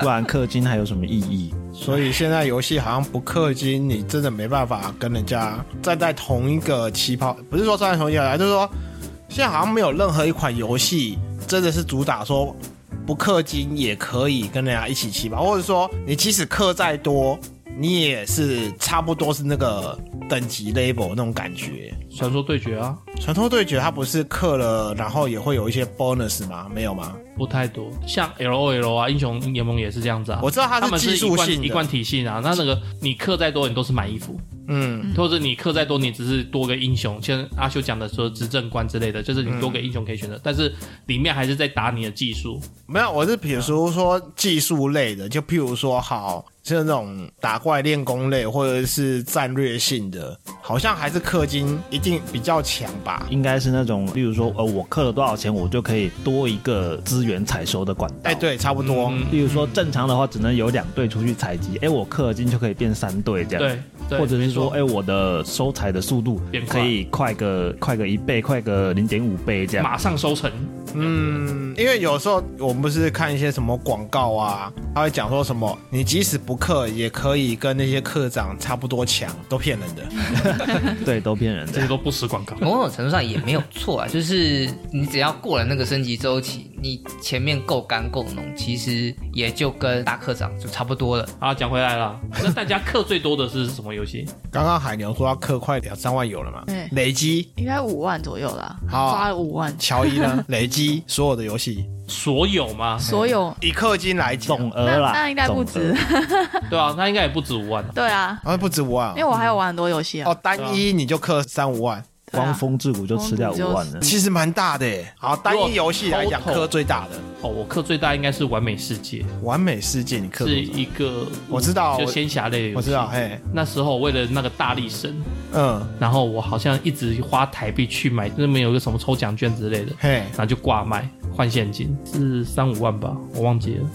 [SPEAKER 5] 不然氪金还有什么意义？
[SPEAKER 1] 所以现在游戏好像不氪金，你真的没办法跟人家站在同一个起跑，不是说站在同一个，就是说现在好像没有任何一款游戏真的是主打说不氪金也可以跟人家一起起跑，或者说你即使氪再多，你也是差不多是那个等级 level 那种感觉。
[SPEAKER 3] 传说对决啊，
[SPEAKER 1] 传说对决它不是氪了，然后也会有一些 bonus 吗？没有吗？
[SPEAKER 3] 不太多。像 L O L 啊，英雄联盟也是这样子啊。
[SPEAKER 1] 我知道它
[SPEAKER 3] 他们
[SPEAKER 1] 技
[SPEAKER 3] 是一
[SPEAKER 1] 术
[SPEAKER 3] 贯
[SPEAKER 1] 性
[SPEAKER 3] 一贯
[SPEAKER 1] 的，
[SPEAKER 3] 体系啊，那那个你氪再多，你都是买衣服，
[SPEAKER 1] 嗯，
[SPEAKER 3] 或者你氪再多，你只是多个英雄。像阿修讲的说执政官之类的，就是你多
[SPEAKER 1] 嗯
[SPEAKER 3] 个英雄可以选择，但是里面还是在打你的技术。
[SPEAKER 1] 没有，我是比如说技术类的，就譬如说好像那种打怪练功类或者是战略性的，好像还是氪金一定比较强吧。
[SPEAKER 5] 应该是那种，例如说，呃，我氪了多少钱，我就可以多一个资源采收的管道。
[SPEAKER 1] 哎，。对，差不多。
[SPEAKER 3] 嗯
[SPEAKER 5] 例如说，正常的话只能有两队出去采集，哎，我氪了金就可以变三队这样。。
[SPEAKER 3] 对，对
[SPEAKER 5] 或者是说，
[SPEAKER 3] 没错
[SPEAKER 5] 哎、我的收采的速度
[SPEAKER 3] 变快
[SPEAKER 5] 可以快个快个一倍，快个零点五倍这样。
[SPEAKER 3] 马上收成，
[SPEAKER 1] 嗯，因为有时候我们不是看一些什么广告啊，他会讲说什么，你即使不氪也可以跟那些课长差不多强，都骗人的。
[SPEAKER 5] 对，都骗人
[SPEAKER 3] 这
[SPEAKER 5] 的
[SPEAKER 3] 些。都不实 广告。
[SPEAKER 4] 某种程度上也没有错啊，就是你只要过了那个升级周期，你前面够干够浓，其实也就跟大课长就差不多了。
[SPEAKER 3] 啊，讲回来了，那大家氪最多的是什么游戏？
[SPEAKER 1] 刚刚海牛说要氪快两三万有了嘛
[SPEAKER 6] 对，
[SPEAKER 1] 累积。
[SPEAKER 6] 应该五万左右啦，
[SPEAKER 1] 好
[SPEAKER 3] 啊
[SPEAKER 6] 花了五万，
[SPEAKER 3] 哎
[SPEAKER 1] 乔伊呢？累积所有的游戏
[SPEAKER 3] 所有吗？
[SPEAKER 6] 所有
[SPEAKER 1] 以氪金来讲，
[SPEAKER 5] 总额
[SPEAKER 6] 那
[SPEAKER 5] 啦，
[SPEAKER 6] 那应该不
[SPEAKER 5] 总额
[SPEAKER 6] 止，
[SPEAKER 3] 对啊，那应该也不止五万啊。
[SPEAKER 6] 对啊，
[SPEAKER 1] 好像不止五万啊
[SPEAKER 6] 因为我还有玩很多游戏啊
[SPEAKER 1] 哦，，单一你就氪三五万，
[SPEAKER 6] 对啊
[SPEAKER 5] 光风之谷就吃掉五万了。
[SPEAKER 1] 其实蛮大的欸耶。好，单一游戏来讲，
[SPEAKER 3] 如果
[SPEAKER 1] 氪最大的
[SPEAKER 3] 哦，我氪最大应该是《完美世界
[SPEAKER 1] 《完美世界》，你》，氪
[SPEAKER 3] 是
[SPEAKER 1] 多少
[SPEAKER 3] 一个
[SPEAKER 1] 我知道
[SPEAKER 3] 就
[SPEAKER 1] 我
[SPEAKER 3] 仙侠类的游戏。
[SPEAKER 1] 我知道，嘿，
[SPEAKER 3] 那时候为了那个大力神，
[SPEAKER 1] 嗯，
[SPEAKER 3] 然后我好像一直花台币去买，那边有个什么抽奖券之类的，
[SPEAKER 1] 嘿，
[SPEAKER 3] 然后就挂卖换现金，是三五万吧，我忘记了，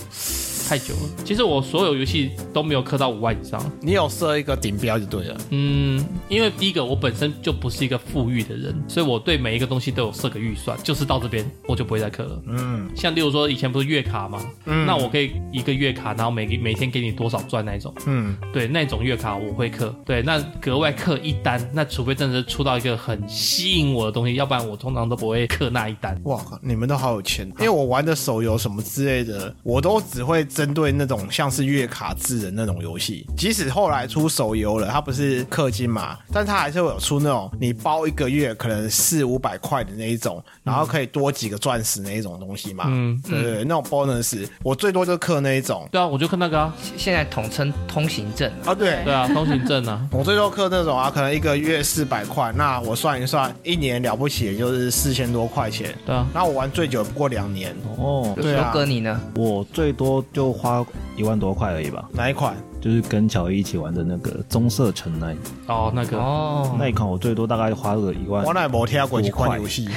[SPEAKER 3] 太久了。其实我所有游戏都没有氪到五万以上。
[SPEAKER 1] 你有设一个顶标就对了。
[SPEAKER 3] 嗯，因为第一个我本身就不是一个富裕的人，所以我对每一个东西都有设个预算，就是到这边我就不会再氪了。
[SPEAKER 1] 嗯
[SPEAKER 3] 像例如说以前不是月卡吗？
[SPEAKER 1] 嗯
[SPEAKER 3] 那我可以一个月卡，然后每个每天给你多少赚那一种。
[SPEAKER 1] 嗯，
[SPEAKER 3] 对，那种月卡我会氪，对，那格外氪一单，那除非真的是出到一个很吸引我的东西，要不然我通常都不会氪那一单。
[SPEAKER 1] 哇靠，你们都好有钱！啊因为我玩的手游什么之类的，我都只会针对那种像是月卡制的那种游戏。即使后来出手游了，它不是氪金嘛，但它还是会有出那种你包一个月可能四五百块的那一种，然后可以多几个钻石那一种东西嘛。
[SPEAKER 3] 嗯
[SPEAKER 1] 对对对，那种 bonus，我最多就氪那一种。
[SPEAKER 3] 对啊，我就氪那个啊，
[SPEAKER 4] 现现在统称通行证了，
[SPEAKER 1] 啊，对，，
[SPEAKER 3] 对啊，通行证啊
[SPEAKER 1] 我最多氪那种啊，可能一个月四百块，那我算一算，一年了不起也就是四千多块钱。
[SPEAKER 3] 对啊，
[SPEAKER 1] 那我玩最久也不过两年，
[SPEAKER 5] 哦，
[SPEAKER 1] 对啊
[SPEAKER 4] 罗哥你呢？
[SPEAKER 5] 我最多就花一万多块而已吧，
[SPEAKER 1] 哪一款？
[SPEAKER 5] 就是跟乔伊一起玩的那个棕色城那一
[SPEAKER 3] 哦，那个、
[SPEAKER 4] 哦，
[SPEAKER 5] 那一款，我最多大概花了一万
[SPEAKER 1] 我。那没听过几款游戏，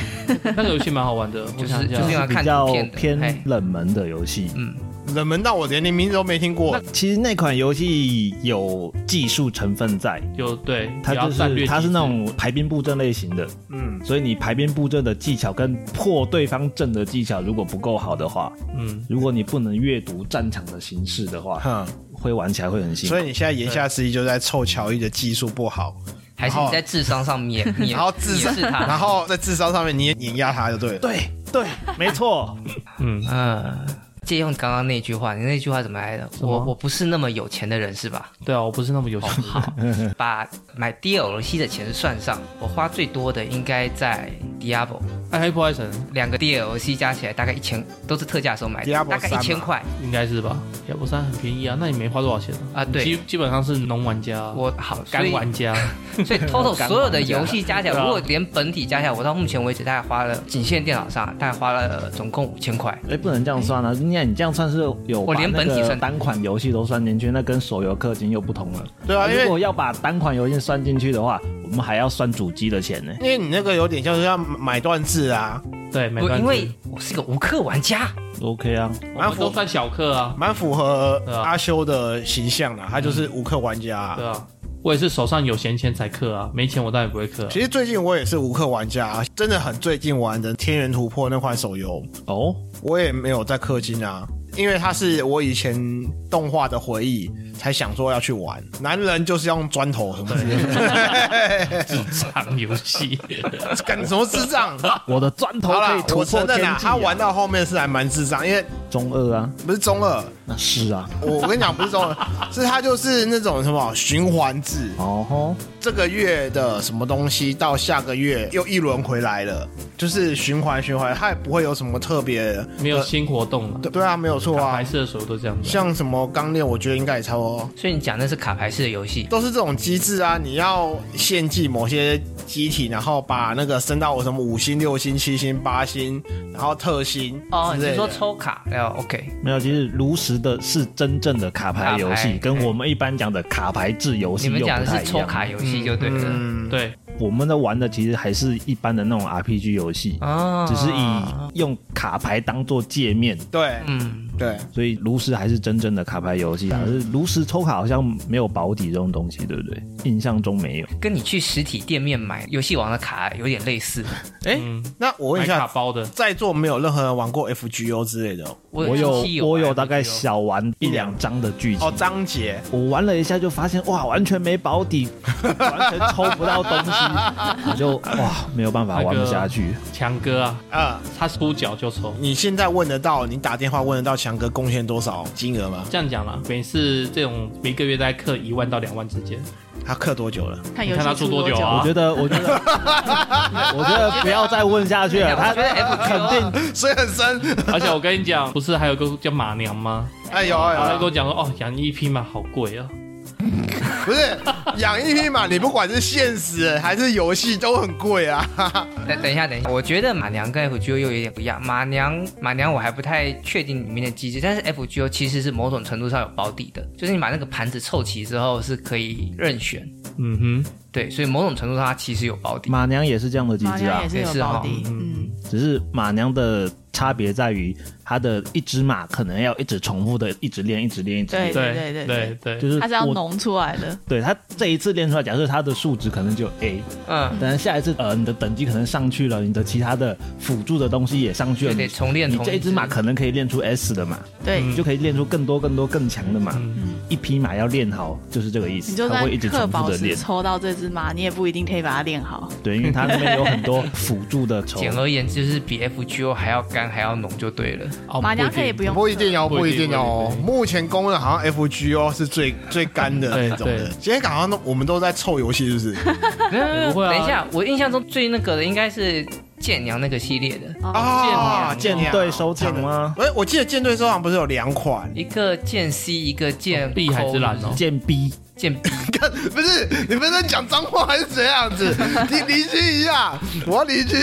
[SPEAKER 3] 那个游戏蛮好玩的，我
[SPEAKER 4] 就是
[SPEAKER 3] 想一下，
[SPEAKER 4] 就是
[SPEAKER 5] 比
[SPEAKER 4] 看
[SPEAKER 5] 较
[SPEAKER 4] 图片的
[SPEAKER 5] 偏
[SPEAKER 4] 嘿
[SPEAKER 5] 冷门的游戏，
[SPEAKER 1] 冷门到我连你名字都没听过。
[SPEAKER 5] 其实那款游戏有技术成分在，
[SPEAKER 3] 有对，
[SPEAKER 5] 它
[SPEAKER 3] 也要
[SPEAKER 5] 就
[SPEAKER 3] 战略机
[SPEAKER 5] 是
[SPEAKER 3] 制
[SPEAKER 5] 它是那种排兵布阵类型的，
[SPEAKER 1] 嗯，
[SPEAKER 5] 所以你排兵布阵的技巧跟破对方阵的技巧如果不够好的话，
[SPEAKER 3] 嗯，
[SPEAKER 5] 如果你不能阅读战场的形势的话，
[SPEAKER 1] 哼，
[SPEAKER 5] 会玩起来会很辛苦
[SPEAKER 1] 所以。你现在言下之意就是在臭乔伊的技术不好，
[SPEAKER 4] 还是你在智商上面， 你
[SPEAKER 1] 然后智商
[SPEAKER 4] 是，他，
[SPEAKER 1] 然后在智商上面你也碾压他就对了。对，
[SPEAKER 5] 没 错，
[SPEAKER 4] 嗯。借用刚刚那句话，你那句话怎么来的？
[SPEAKER 3] 么
[SPEAKER 4] 我我不是那么有钱的人是吧？
[SPEAKER 3] 对啊，我不是那么有钱的人，
[SPEAKER 4] 把买 DLC 的钱算上，我花最多的应该在 Diablo，
[SPEAKER 3] 暗哎黑破坏神
[SPEAKER 4] 两个 DLC 加起来大概一千，都是特价的时候买的，
[SPEAKER 1] Diablo
[SPEAKER 4] 大概
[SPEAKER 1] 三
[SPEAKER 4] 一千
[SPEAKER 1] 嘛
[SPEAKER 4] 块。
[SPEAKER 3] 应该是吧？亚博山很便宜啊，那你没花多少钱啊？
[SPEAKER 4] 啊对
[SPEAKER 3] 基基本上是农玩家啊，
[SPEAKER 4] 我好，所
[SPEAKER 3] 干
[SPEAKER 4] 以
[SPEAKER 3] 玩家，
[SPEAKER 4] 所以 total
[SPEAKER 3] 干玩家
[SPEAKER 4] 所有的游戏加起
[SPEAKER 3] 对
[SPEAKER 4] 来，
[SPEAKER 3] 啊
[SPEAKER 4] 如果连本体加起来，我到目前为止大概花了，仅限电脑上大概花了总共五千块。
[SPEAKER 5] 哎，不能这样算啊！你看你这样算是有
[SPEAKER 4] 我
[SPEAKER 5] 把
[SPEAKER 4] 连
[SPEAKER 5] 那
[SPEAKER 4] 本体
[SPEAKER 5] 个
[SPEAKER 4] 算
[SPEAKER 5] 单款游戏都算进去，那跟手游氪金又不同了。
[SPEAKER 1] 对啊，因
[SPEAKER 5] 如
[SPEAKER 1] 为
[SPEAKER 5] 果要把单款游戏算进去的话，我们还要算主机的钱呢。
[SPEAKER 1] 因为你那个有点像是要买断制啊，
[SPEAKER 3] 对，没
[SPEAKER 4] 我
[SPEAKER 3] 关
[SPEAKER 4] 因
[SPEAKER 3] 系，
[SPEAKER 4] 为我是个无氪玩家，
[SPEAKER 5] OK 啊，
[SPEAKER 3] 我们都算小课啊，
[SPEAKER 1] 蛮符合
[SPEAKER 3] 对啊
[SPEAKER 1] 阿修的形象啊啦，他就是无氪玩家啊、
[SPEAKER 3] 对啊，我也是手上有闲钱才氪啊，没钱我当然不会氪啊、
[SPEAKER 1] 其实最近我也是无氪玩家、啊，真的很最近玩的《天元突破》那款手游，
[SPEAKER 5] 哦，
[SPEAKER 1] 我也没有在氪金啊，因为它是我以前动画的回忆，才想说要去玩。男人就是要用砖头，什么
[SPEAKER 3] 智障游戏，
[SPEAKER 1] 干什么智 障？
[SPEAKER 5] 我的砖头
[SPEAKER 1] 好
[SPEAKER 5] 可以
[SPEAKER 1] 啦，
[SPEAKER 5] 突
[SPEAKER 1] 我
[SPEAKER 5] 破
[SPEAKER 1] 承
[SPEAKER 5] 天
[SPEAKER 1] 认啊
[SPEAKER 4] 啊
[SPEAKER 5] 际、啊
[SPEAKER 1] 啦，他玩到后面是还蛮智障，因为
[SPEAKER 5] 中二啊，
[SPEAKER 1] 不是中二，
[SPEAKER 5] 那是啊，
[SPEAKER 1] 我我跟你讲不是中二， 是他就是那种什么循环制，
[SPEAKER 5] 哦吼，
[SPEAKER 1] 这个月的什么东西到下个月又一轮回来了，就是循环循环，它也不会有什么特别的
[SPEAKER 3] 没有新活动了。
[SPEAKER 1] 对对啊，没有错
[SPEAKER 3] 打
[SPEAKER 1] 啊
[SPEAKER 3] 白，色的时候都这样子啊、
[SPEAKER 1] 像什么钢炼，我觉得应该也差不多。
[SPEAKER 4] 所以你讲那是卡牌式的游戏，
[SPEAKER 1] 都是这种机制啊！你要献祭某些机体，然后把那个升到我什么五星、六星、七星、八星，然后特星
[SPEAKER 4] 哦，
[SPEAKER 1] 之
[SPEAKER 4] 你
[SPEAKER 1] 类的
[SPEAKER 4] 是说抽卡？哎呦，OK，
[SPEAKER 5] 没有，其实炉石的是真正的卡牌游
[SPEAKER 4] 卡
[SPEAKER 5] 戏，
[SPEAKER 4] 牌
[SPEAKER 5] 跟我们一般讲的卡牌制游戏
[SPEAKER 4] 你
[SPEAKER 5] 又
[SPEAKER 4] 们
[SPEAKER 5] 不
[SPEAKER 4] 讲的
[SPEAKER 5] 太
[SPEAKER 4] 是
[SPEAKER 5] 一
[SPEAKER 4] 抽
[SPEAKER 5] 样。
[SPEAKER 4] 卡游戏就对了。
[SPEAKER 1] 嗯，
[SPEAKER 3] 对，
[SPEAKER 5] 我们的玩的其实还是一般的那种 RPG 游戏，
[SPEAKER 4] 哦，
[SPEAKER 5] 只是以用卡牌当做界面，
[SPEAKER 1] 对
[SPEAKER 4] 嗯，
[SPEAKER 1] 对，
[SPEAKER 5] 所以炉石还是真正的卡牌游戏啊。可是炉石抽卡好像没有保底这种东西，对不对？印象中没有。
[SPEAKER 4] 跟你去实体店面买游戏王的卡有点类似。
[SPEAKER 3] 嗯，
[SPEAKER 1] 那我问
[SPEAKER 3] 买
[SPEAKER 1] 一
[SPEAKER 3] 卡
[SPEAKER 1] 下，
[SPEAKER 3] 包的，
[SPEAKER 1] 在座没有任何人玩过 FGO 之类的哦
[SPEAKER 4] 我
[SPEAKER 5] 我
[SPEAKER 4] 机器
[SPEAKER 5] 有我有
[SPEAKER 4] 买
[SPEAKER 5] 大概
[SPEAKER 4] 机器
[SPEAKER 5] 小玩一两张的剧情
[SPEAKER 1] 哦？，章节
[SPEAKER 5] 我玩了一下就发现哇，完全没保底，完全抽不到东西，我就哇没有办法玩不下去。
[SPEAKER 3] 强哥啊，
[SPEAKER 1] 啊、
[SPEAKER 3] 他出脚就抽。
[SPEAKER 1] 你现在问得到，你打电话问得到强哥贡献多少金额吗？
[SPEAKER 3] 这样讲啦，每次这种一个月大概氪一万到两万之间，
[SPEAKER 1] 他氪多久了？
[SPEAKER 6] 看
[SPEAKER 3] 你
[SPEAKER 6] 游戏
[SPEAKER 3] 看他出多久啊
[SPEAKER 5] 我觉得，我觉得，我觉得 不要再问下去了。
[SPEAKER 4] 哎我
[SPEAKER 5] 他
[SPEAKER 4] 觉得 FGO
[SPEAKER 5] 肯定
[SPEAKER 1] 水很深，
[SPEAKER 3] 而且我跟你讲，不是还有个叫马娘 吗？
[SPEAKER 1] 哎呦哎
[SPEAKER 3] 然后他
[SPEAKER 1] 呦
[SPEAKER 3] 跟，我讲说，哦，养一匹马好贵啊，
[SPEAKER 1] 不是养一匹马，你不管是现实还是游戏都很贵啊。
[SPEAKER 4] 等等一下，等一下，我觉得马娘跟 FGO 又有点不一样。马娘马娘我还不太确定里面的机制，但是 FGO 其实是某种程度上有保底的，就是你把那个盘子凑齐之后是可以任选。
[SPEAKER 3] 嗯哼，
[SPEAKER 4] 对，所以某种程度上它其实有保底。
[SPEAKER 5] 马娘也是这样的机
[SPEAKER 6] 马
[SPEAKER 5] 制啊
[SPEAKER 6] 娘也，是有保底，嗯，
[SPEAKER 5] 只是马娘的差别在于，它的一只马可能要一直重复的一直练，一直练，一直练，
[SPEAKER 6] 对
[SPEAKER 3] 对
[SPEAKER 6] 对对
[SPEAKER 3] 对对，
[SPEAKER 5] 就是
[SPEAKER 6] 它是嗯要
[SPEAKER 5] 我。
[SPEAKER 6] 浓出来的，
[SPEAKER 5] 对它这一次练出来，假设它的数值可能就 A，
[SPEAKER 4] 嗯，
[SPEAKER 5] 但是下一次呃你的等级可能上去了，你的其他的辅助的东西也上去
[SPEAKER 4] 就
[SPEAKER 5] 了，
[SPEAKER 4] 得
[SPEAKER 5] 你
[SPEAKER 4] 重练
[SPEAKER 5] 你
[SPEAKER 4] 同
[SPEAKER 5] 这一只马
[SPEAKER 4] 只
[SPEAKER 5] 可能可以练出 S 的马，
[SPEAKER 6] 对，
[SPEAKER 5] 你就可以练出更多、更多、更强的马。
[SPEAKER 3] 嗯
[SPEAKER 5] 一匹马要练好，就是这个意
[SPEAKER 6] 你
[SPEAKER 5] 思，
[SPEAKER 6] 就
[SPEAKER 5] 它
[SPEAKER 6] 算
[SPEAKER 5] 会一直
[SPEAKER 6] 氪
[SPEAKER 5] 重复
[SPEAKER 6] 宝
[SPEAKER 5] 的
[SPEAKER 6] 石
[SPEAKER 5] 练。
[SPEAKER 6] 抽到这只马，你也不一定可以把它练好。
[SPEAKER 5] 对，因为它那边有很多辅助的仇。
[SPEAKER 4] 简而言之，就是比 FGO 还要干还要浓就对了。
[SPEAKER 3] 哦
[SPEAKER 6] 马娘可以不用，
[SPEAKER 1] 不一定哦，
[SPEAKER 3] 不
[SPEAKER 1] 不
[SPEAKER 3] 一
[SPEAKER 1] 一
[SPEAKER 3] 定
[SPEAKER 1] 定哦
[SPEAKER 3] 不一。定
[SPEAKER 1] 目前公认好像 FGO 是最最干的那种
[SPEAKER 3] 对
[SPEAKER 1] 的
[SPEAKER 3] 对。
[SPEAKER 1] 今天好像都我们都在凑游戏，是不是？
[SPEAKER 4] 没有没有没 有
[SPEAKER 3] 不会啊
[SPEAKER 4] 等一下，我印象中最那个的应该是剑娘那个系列的，
[SPEAKER 3] 哦
[SPEAKER 1] 啊，
[SPEAKER 5] 舰队收藏吗？
[SPEAKER 1] 哎，我记得舰队收藏不是有两款？
[SPEAKER 4] 一个剑 C，一个剑
[SPEAKER 3] 碧海之蓝
[SPEAKER 4] 蓝
[SPEAKER 3] 哦
[SPEAKER 5] 舰 B
[SPEAKER 4] 剑 B，
[SPEAKER 1] 不是，你们在讲脏话还是怎样子？ 你离群一下，我要离群。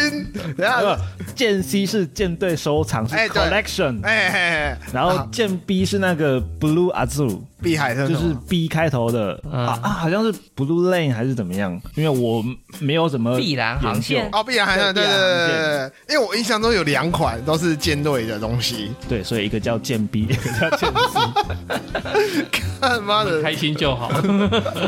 [SPEAKER 1] 等一下，
[SPEAKER 5] 呃舰 C 是舰队收藏，是
[SPEAKER 1] 啊哎对
[SPEAKER 5] collection，、
[SPEAKER 1] 哎嘿嘿，
[SPEAKER 5] 然后舰 B 是那个 Blue Azul，
[SPEAKER 1] 碧海是
[SPEAKER 5] 就
[SPEAKER 1] 什
[SPEAKER 5] 是
[SPEAKER 1] 么
[SPEAKER 5] B 开头的、
[SPEAKER 3] 嗯
[SPEAKER 5] 啊啊，好像是 Blue Lane 还是怎么样？因为我没有怎么
[SPEAKER 4] 碧蓝航线
[SPEAKER 5] 研究
[SPEAKER 1] 哦，碧海航线，对
[SPEAKER 5] 对
[SPEAKER 1] 对
[SPEAKER 5] 碧海
[SPEAKER 1] 对
[SPEAKER 5] 航线
[SPEAKER 1] 对对，因为我印象中有两款都是舰队的东西。
[SPEAKER 5] 对，所以一个叫舰 B，一个 叫舰 C。
[SPEAKER 1] 他妈的，
[SPEAKER 3] 开心 就好。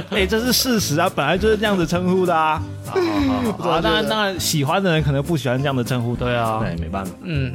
[SPEAKER 5] 哎、这是事实啊，本来就是这样子称呼的啊。好好好啊，当然当然，喜欢的人可能不喜欢这样的称呼，对哎
[SPEAKER 3] 对啊，
[SPEAKER 5] 对，没办法。
[SPEAKER 4] 嗯，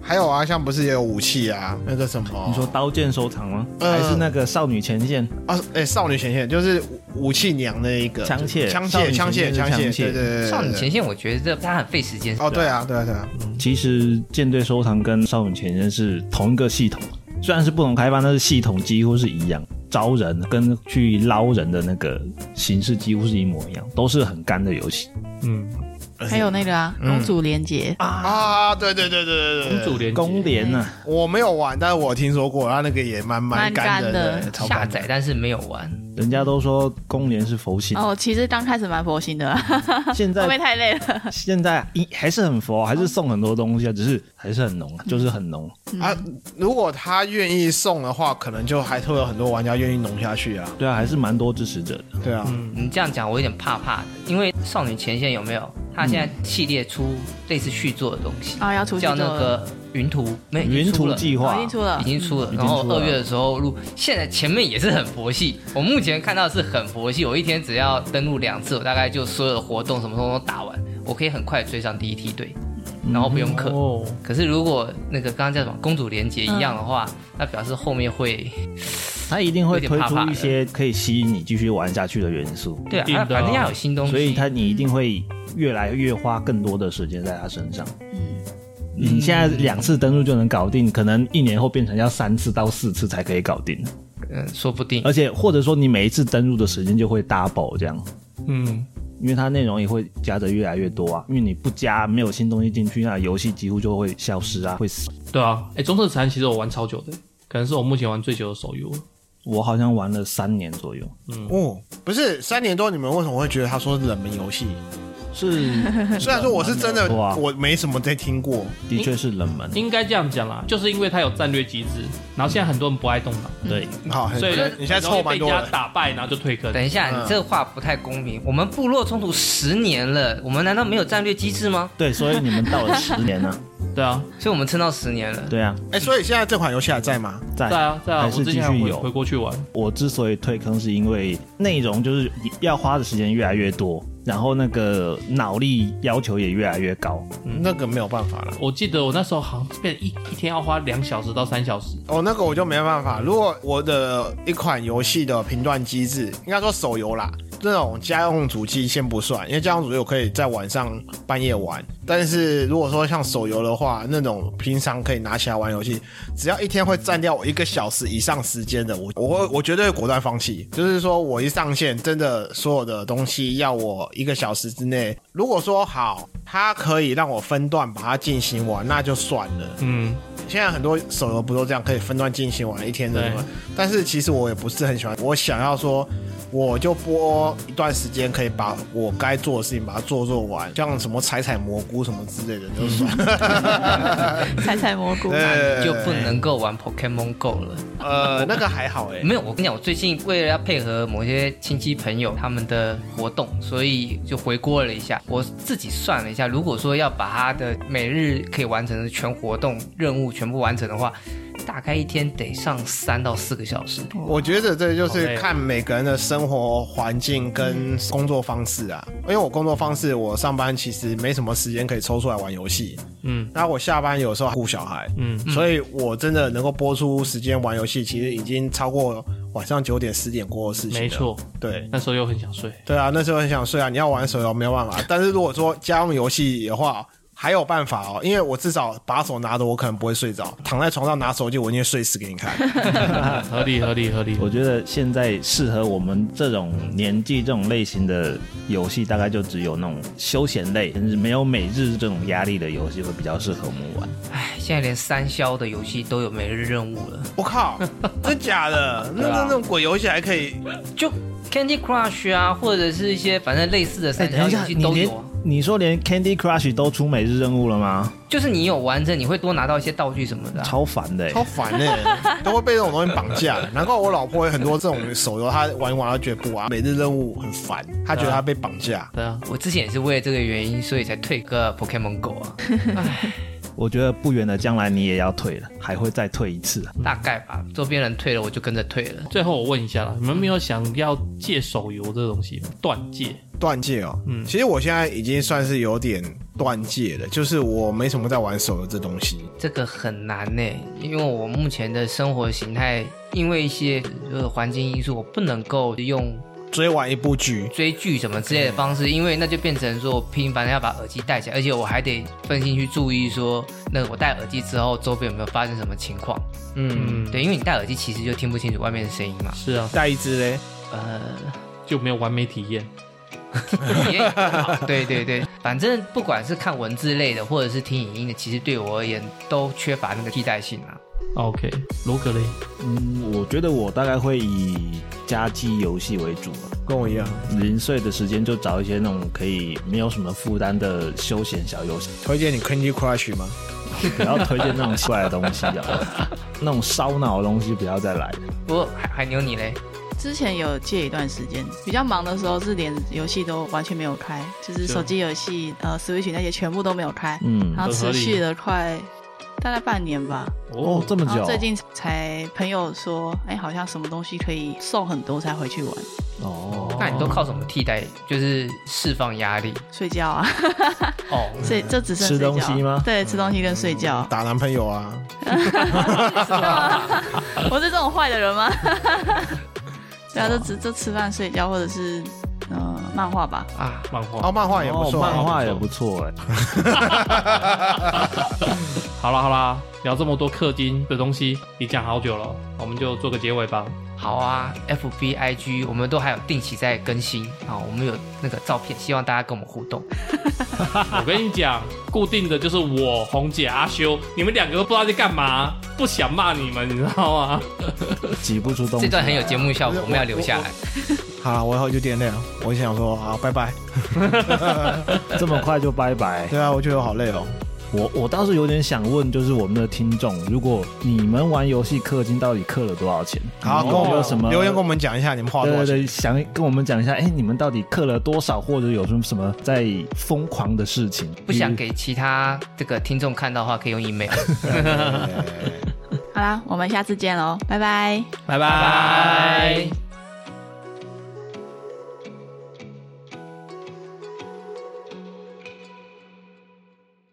[SPEAKER 1] 还有啊，像不是也有武器啊，那个什么，
[SPEAKER 5] 你说刀剑收藏吗？
[SPEAKER 1] 呃
[SPEAKER 5] 还是那个少女前线？
[SPEAKER 1] 啊，哎，少女前线就是武器娘那一个
[SPEAKER 5] 枪械
[SPEAKER 1] 枪
[SPEAKER 5] 少
[SPEAKER 1] 械、
[SPEAKER 5] 女
[SPEAKER 1] 枪
[SPEAKER 5] 前
[SPEAKER 1] 械、
[SPEAKER 5] 线
[SPEAKER 1] 枪械，
[SPEAKER 5] 是枪
[SPEAKER 1] 对
[SPEAKER 5] 械
[SPEAKER 1] 对对对，对
[SPEAKER 4] 少女前线，我觉得它很费时间。
[SPEAKER 1] 哦，对啊，对啊，对啊，
[SPEAKER 5] 其实舰队收藏跟少女前线是同一个系统，虽然是不同开发，但是系统几乎是一样。招人跟去捞人的那个形式几乎是一模一样，都是很干的游戏。
[SPEAKER 3] 嗯，
[SPEAKER 6] 还有那个啊，
[SPEAKER 5] 嗯
[SPEAKER 6] 公主连结，
[SPEAKER 1] 啊，对对对对对对
[SPEAKER 3] 公
[SPEAKER 1] 对，
[SPEAKER 3] 主连结
[SPEAKER 5] 公啊联呢、
[SPEAKER 1] 我没有玩，但是我听说过，他那个也蛮
[SPEAKER 6] 蛮
[SPEAKER 1] 干
[SPEAKER 6] 干
[SPEAKER 1] 的，
[SPEAKER 6] 的
[SPEAKER 1] 对超
[SPEAKER 4] 下
[SPEAKER 1] 干的
[SPEAKER 4] 载，但是没有玩。
[SPEAKER 5] 人家都说公联是佛系，
[SPEAKER 6] 哦，其实刚开始蛮佛心的啊，
[SPEAKER 5] 现
[SPEAKER 6] 会不
[SPEAKER 5] 在
[SPEAKER 6] 会太累了？
[SPEAKER 5] 现在一还是很佛，还是送很多东西啊，只是还是很浓
[SPEAKER 4] 嗯
[SPEAKER 5] 啊，就是很浓。
[SPEAKER 1] 啊。如果他愿意送的话，可能就还会有很多玩家愿意弄下去啊。
[SPEAKER 5] 对啊，还是蛮多支持者的。
[SPEAKER 1] 对啊，
[SPEAKER 4] 你这样讲，我有点怕怕的，因为少女前线有没有？他现在系列出类似续作的东西，
[SPEAKER 6] 啊，要出去
[SPEAKER 4] 叫那
[SPEAKER 6] 做了
[SPEAKER 4] 个云图，没已经
[SPEAKER 5] 云
[SPEAKER 4] 出
[SPEAKER 5] 图
[SPEAKER 4] 了
[SPEAKER 5] 计划
[SPEAKER 6] 已经出了
[SPEAKER 4] 已，经出了，
[SPEAKER 5] 嗯
[SPEAKER 4] 然后
[SPEAKER 5] 已经出了
[SPEAKER 4] 二月的时候录，现在前面也是很佛系。我目前看到是很佛系，我一天只要登录两次，我大概就所有的活动什么什么都打完，我可以很快追上第一梯队，然后不
[SPEAKER 5] 嗯
[SPEAKER 4] 用氪。
[SPEAKER 3] 哦，
[SPEAKER 4] 可是如果那个刚刚叫什么公主连结一样的话，
[SPEAKER 6] 嗯
[SPEAKER 4] 那表示后面会
[SPEAKER 5] 他一定会
[SPEAKER 4] 有点
[SPEAKER 5] 推
[SPEAKER 4] 怕
[SPEAKER 5] 出
[SPEAKER 4] 怕
[SPEAKER 5] 一
[SPEAKER 4] 的
[SPEAKER 5] 些可以吸引你继续玩下去的元素，
[SPEAKER 4] 对啊，
[SPEAKER 3] 一定的
[SPEAKER 4] 它反正要有新东西，
[SPEAKER 5] 所以他你一定会越来越花更多的时间在他身上。
[SPEAKER 4] 嗯
[SPEAKER 5] 你现在两次登录就能搞定，可能一年后变成要三次到四次才可以搞定，
[SPEAKER 4] 嗯，说不定
[SPEAKER 5] 而且或者说你每一次登录的时间就会 double 这样，
[SPEAKER 3] 嗯，
[SPEAKER 5] 因为它内容也会加的越来越多啊，因为你不加没有新东西进去，那游戏几乎就会消失啊，会死。
[SPEAKER 3] 对啊，哎、棕色子弹其实我玩超久的，可能是我目前玩最久的手游了。
[SPEAKER 5] 我好像玩了三年左右，
[SPEAKER 1] 哦，不是三年多，你们为什么会觉得他说是冷门游戏？
[SPEAKER 5] 是
[SPEAKER 1] 虽然说我是真的
[SPEAKER 5] 冷门多啊，
[SPEAKER 1] 我没什么在听过，
[SPEAKER 5] 的确是冷门，
[SPEAKER 3] 应该这样讲啦，就是因为它有战略机制，然后现在很多人不爱动脑，
[SPEAKER 1] 嗯
[SPEAKER 5] 对，
[SPEAKER 1] 好，很
[SPEAKER 3] 所以
[SPEAKER 1] 你现在凑蛮
[SPEAKER 3] 被人
[SPEAKER 1] 多
[SPEAKER 3] 家
[SPEAKER 1] 的。
[SPEAKER 3] 打败，然后就退坑。
[SPEAKER 4] 等一下，
[SPEAKER 1] 嗯
[SPEAKER 4] 你这话不太公平。我们部落冲突十年了，我们难道没有战略机制吗？
[SPEAKER 5] 对，所以你们到了十年了，
[SPEAKER 3] 对啊，
[SPEAKER 4] 所以我们撑到十年了。
[SPEAKER 5] 对啊，
[SPEAKER 1] 哎，所以现在这款游戏还在吗？
[SPEAKER 5] 在
[SPEAKER 3] 对啊，对啊，
[SPEAKER 5] 还
[SPEAKER 3] 我
[SPEAKER 5] 是
[SPEAKER 3] 之
[SPEAKER 5] 继
[SPEAKER 3] 前还
[SPEAKER 5] 续
[SPEAKER 3] 回
[SPEAKER 5] 有
[SPEAKER 3] 回过去玩，
[SPEAKER 5] 我之所以退坑，是因为内容就是你要花的时间越来越多，然后那个脑力要求也越来越高。
[SPEAKER 1] 那个没有办法了。
[SPEAKER 3] 我记得我那时候好像变一一天要花两小时到三小时，
[SPEAKER 1] 哦，那个我就没办法。如果我的一款游戏的评断机制，应该说手游啦，这种家用主机先不算，因为家用主机我可以在晚上半夜玩。但是如果说像手游的话，那种平常可以拿起来玩游戏，只要一天会占掉我一个小时以上时间的，我我会我绝对会果断放弃。就是说我一上线，真的所有的东西要我一个小时之内，如果说好，它可以让我分段把它进行完，那就算了。
[SPEAKER 3] 嗯，
[SPEAKER 1] 现在很多手游不都这样，可以分段进行玩一天的嘛
[SPEAKER 3] 对。
[SPEAKER 1] 但是其实我也不是很喜欢，我想要说，我就播一段时间，可以把我该做的事情把它做做完，像什么采采蘑菇什么之类的，就算。
[SPEAKER 6] 采采蘑 菇，
[SPEAKER 1] 对
[SPEAKER 4] 就 不能够玩 Pokemon Go 了。
[SPEAKER 1] 呃，那个还好哎、
[SPEAKER 4] 没有，我跟你讲，我最近为了要配合某些亲戚朋友他们的活动，所以就回锅了一下。我自己算了一下，如果说要把他的每日可以完成的全活动任务全部完成的话，大概一天得上三到四个小时。
[SPEAKER 1] 我觉得这就
[SPEAKER 3] 好累
[SPEAKER 1] 是
[SPEAKER 3] 哦
[SPEAKER 1] 看每个人的生活环境跟工作方式啊。因为我工作方式，我上班其实没什么时间可以抽出来玩游戏，
[SPEAKER 3] 嗯，
[SPEAKER 1] 那我下班有时候还顾小孩，
[SPEAKER 3] 嗯，
[SPEAKER 1] 所以我真的能够播出时间玩游戏，其实已经超过晚上九点、十点过后的事情。
[SPEAKER 3] 没，错，
[SPEAKER 1] 对。
[SPEAKER 3] 那时候又很想睡，
[SPEAKER 1] 对啊，那时候很想睡啊，你要玩手游没有办法。但是如果说家用游戏的话，还有办法哦，因为我至少把手拿着，我可能不会睡着，躺在床上拿手机，我一定会睡死给你看。哎
[SPEAKER 3] 合理合理合理，
[SPEAKER 5] 我觉得现在适合我们这种年纪这种类型的游戏，大概就只有那种休闲类，甚至没有每日这种压力的游戏会比较适合我们玩。
[SPEAKER 4] 唉，现在连三消的游戏都有每日任务了，
[SPEAKER 1] 我靠， 真假的？那那那种鬼游戏还可以？哎
[SPEAKER 4] 就 Candy Crush 啊，或者是一些反正类似的
[SPEAKER 5] 哎，
[SPEAKER 4] 三
[SPEAKER 5] 等
[SPEAKER 4] 消
[SPEAKER 5] 一下，
[SPEAKER 4] 游戏
[SPEAKER 5] 你
[SPEAKER 4] 都
[SPEAKER 5] 连
[SPEAKER 4] 有、啊。
[SPEAKER 5] 你说连 Candy Crush 都出每日任务了吗？
[SPEAKER 4] 就是你有完成，你会多拿到一些道具什么的啊、
[SPEAKER 5] 超烦的、
[SPEAKER 1] 超
[SPEAKER 5] 欸，
[SPEAKER 1] 烦 呢、都会被这种东西绑架。难怪我老婆有很多这种手游，她玩一玩她觉得不玩，每日任务很烦，她觉得她被绑架。
[SPEAKER 3] 对啊，
[SPEAKER 4] 我之前也是为了这个原因，所以才退个 Pokemon Go 啊，
[SPEAKER 5] 我觉得不远的将来你也要退了，还会再退一次啊。
[SPEAKER 4] 大概吧。周边人退了，我就跟着退了。
[SPEAKER 3] 最后我问一下啦，你们没有想要戒手游这东西吗？断戒？
[SPEAKER 1] 断戒哦，
[SPEAKER 3] 嗯
[SPEAKER 1] 嗯，其实我现在已经算是有点断戒了，就是我没什么在玩手游这东西。
[SPEAKER 4] 这个很难呢、因为我目前的生活形态，因为一些呃环境因素，我不能够用
[SPEAKER 1] 追完一部剧，
[SPEAKER 4] 追剧什么之类的方式，因为那就变成说我频繁的要把耳机戴起来，而且我还得分心去注意说，那我戴耳机之后周边有没有发生什么情况。
[SPEAKER 3] 嗯，
[SPEAKER 4] 对，因为你戴耳机其实就听不清楚外面的声音嘛。
[SPEAKER 3] 是啊，
[SPEAKER 1] 带一只嘞，
[SPEAKER 4] 呃，
[SPEAKER 3] 就没有完美体验。
[SPEAKER 4] 也好 对对对，反正不管是看文字类的，或者是听影音的，其实对我而言都缺乏那个替代性啊。
[SPEAKER 3] OK，罗格雷，
[SPEAKER 5] 嗯，我觉得我大概会以家机游戏为主啊。
[SPEAKER 1] 跟我一样，
[SPEAKER 5] 零碎的时间就找一些那种可以没有什么负担的休闲小游戏，
[SPEAKER 1] 推荐你 Candy Crush 吗？
[SPEAKER 5] 不要推荐那种奇 怪的东西啊，那种烧脑的东西不要再来了。
[SPEAKER 4] 不过海海牛你嘞？
[SPEAKER 6] 之前有借一段时间，比较忙的时候是连游戏都完全没有开，就是手机游戏、呃 Switch 那些全部都没有开，
[SPEAKER 5] 嗯
[SPEAKER 6] 然后
[SPEAKER 3] 很合
[SPEAKER 6] 持
[SPEAKER 3] 理
[SPEAKER 6] 续了快大概半年吧。
[SPEAKER 5] 哦，这么
[SPEAKER 6] 然
[SPEAKER 5] 久
[SPEAKER 6] 后，最近才朋友说，哎、好像什么东西可以送很多才回去玩，
[SPEAKER 5] 哦，
[SPEAKER 4] 那你都靠什么替代？就是释放压力
[SPEAKER 6] 睡觉啊，
[SPEAKER 4] 哦。
[SPEAKER 6] 睡就只剩
[SPEAKER 5] 嗯吃
[SPEAKER 6] 睡觉啊
[SPEAKER 5] 东西吗
[SPEAKER 6] 对，吃东西跟睡觉。
[SPEAKER 1] 打男朋友啊，
[SPEAKER 6] 我是这种坏的人吗？ 对啊，就只就吃饭睡觉，或者是呃漫画吧。
[SPEAKER 4] 啊，
[SPEAKER 3] 漫画
[SPEAKER 1] 哦，漫画也不
[SPEAKER 5] 哦
[SPEAKER 1] 错啊，
[SPEAKER 5] 漫画也不错哎，
[SPEAKER 3] 好啦好啦，聊这么多氪金的东西，也讲好久了，我们就做个结尾吧。
[SPEAKER 4] 好啊，FB、IG 我们都还有定期在更新啊、我们有那个照片，希望大家跟我们互动。
[SPEAKER 3] 我跟你讲，固定的就是我红姐阿修，你们两个都不知道在干嘛，不想骂你们，你知道吗？
[SPEAKER 5] 挤不出东西。
[SPEAKER 4] 这段很有节目效啊果，我们要留下来。
[SPEAKER 1] 好，我以后就点亮。我想说，好，拜拜。哎
[SPEAKER 5] 这么快就拜拜。
[SPEAKER 1] 对啊，我觉得我好累哦。
[SPEAKER 5] 我我倒是有点想问，就是我们的听众，如果你们玩游戏氪金到底氪了多少钱？
[SPEAKER 1] 好，
[SPEAKER 5] 你
[SPEAKER 1] 跟
[SPEAKER 5] 们
[SPEAKER 1] 我
[SPEAKER 5] 哦有
[SPEAKER 1] 们
[SPEAKER 5] 什么
[SPEAKER 1] 留言跟我们讲一下你们花
[SPEAKER 5] 对
[SPEAKER 1] 多少钱。
[SPEAKER 5] 对对，想跟我们讲一下，哎，你们到底氪了多少，或者有什么什么在疯狂的事情？
[SPEAKER 4] 不想给其他这个听众看到的话，可以用 email。
[SPEAKER 1] 对对对对
[SPEAKER 6] 好啦，我们下次见喽，拜拜。
[SPEAKER 3] 拜拜。
[SPEAKER 4] 拜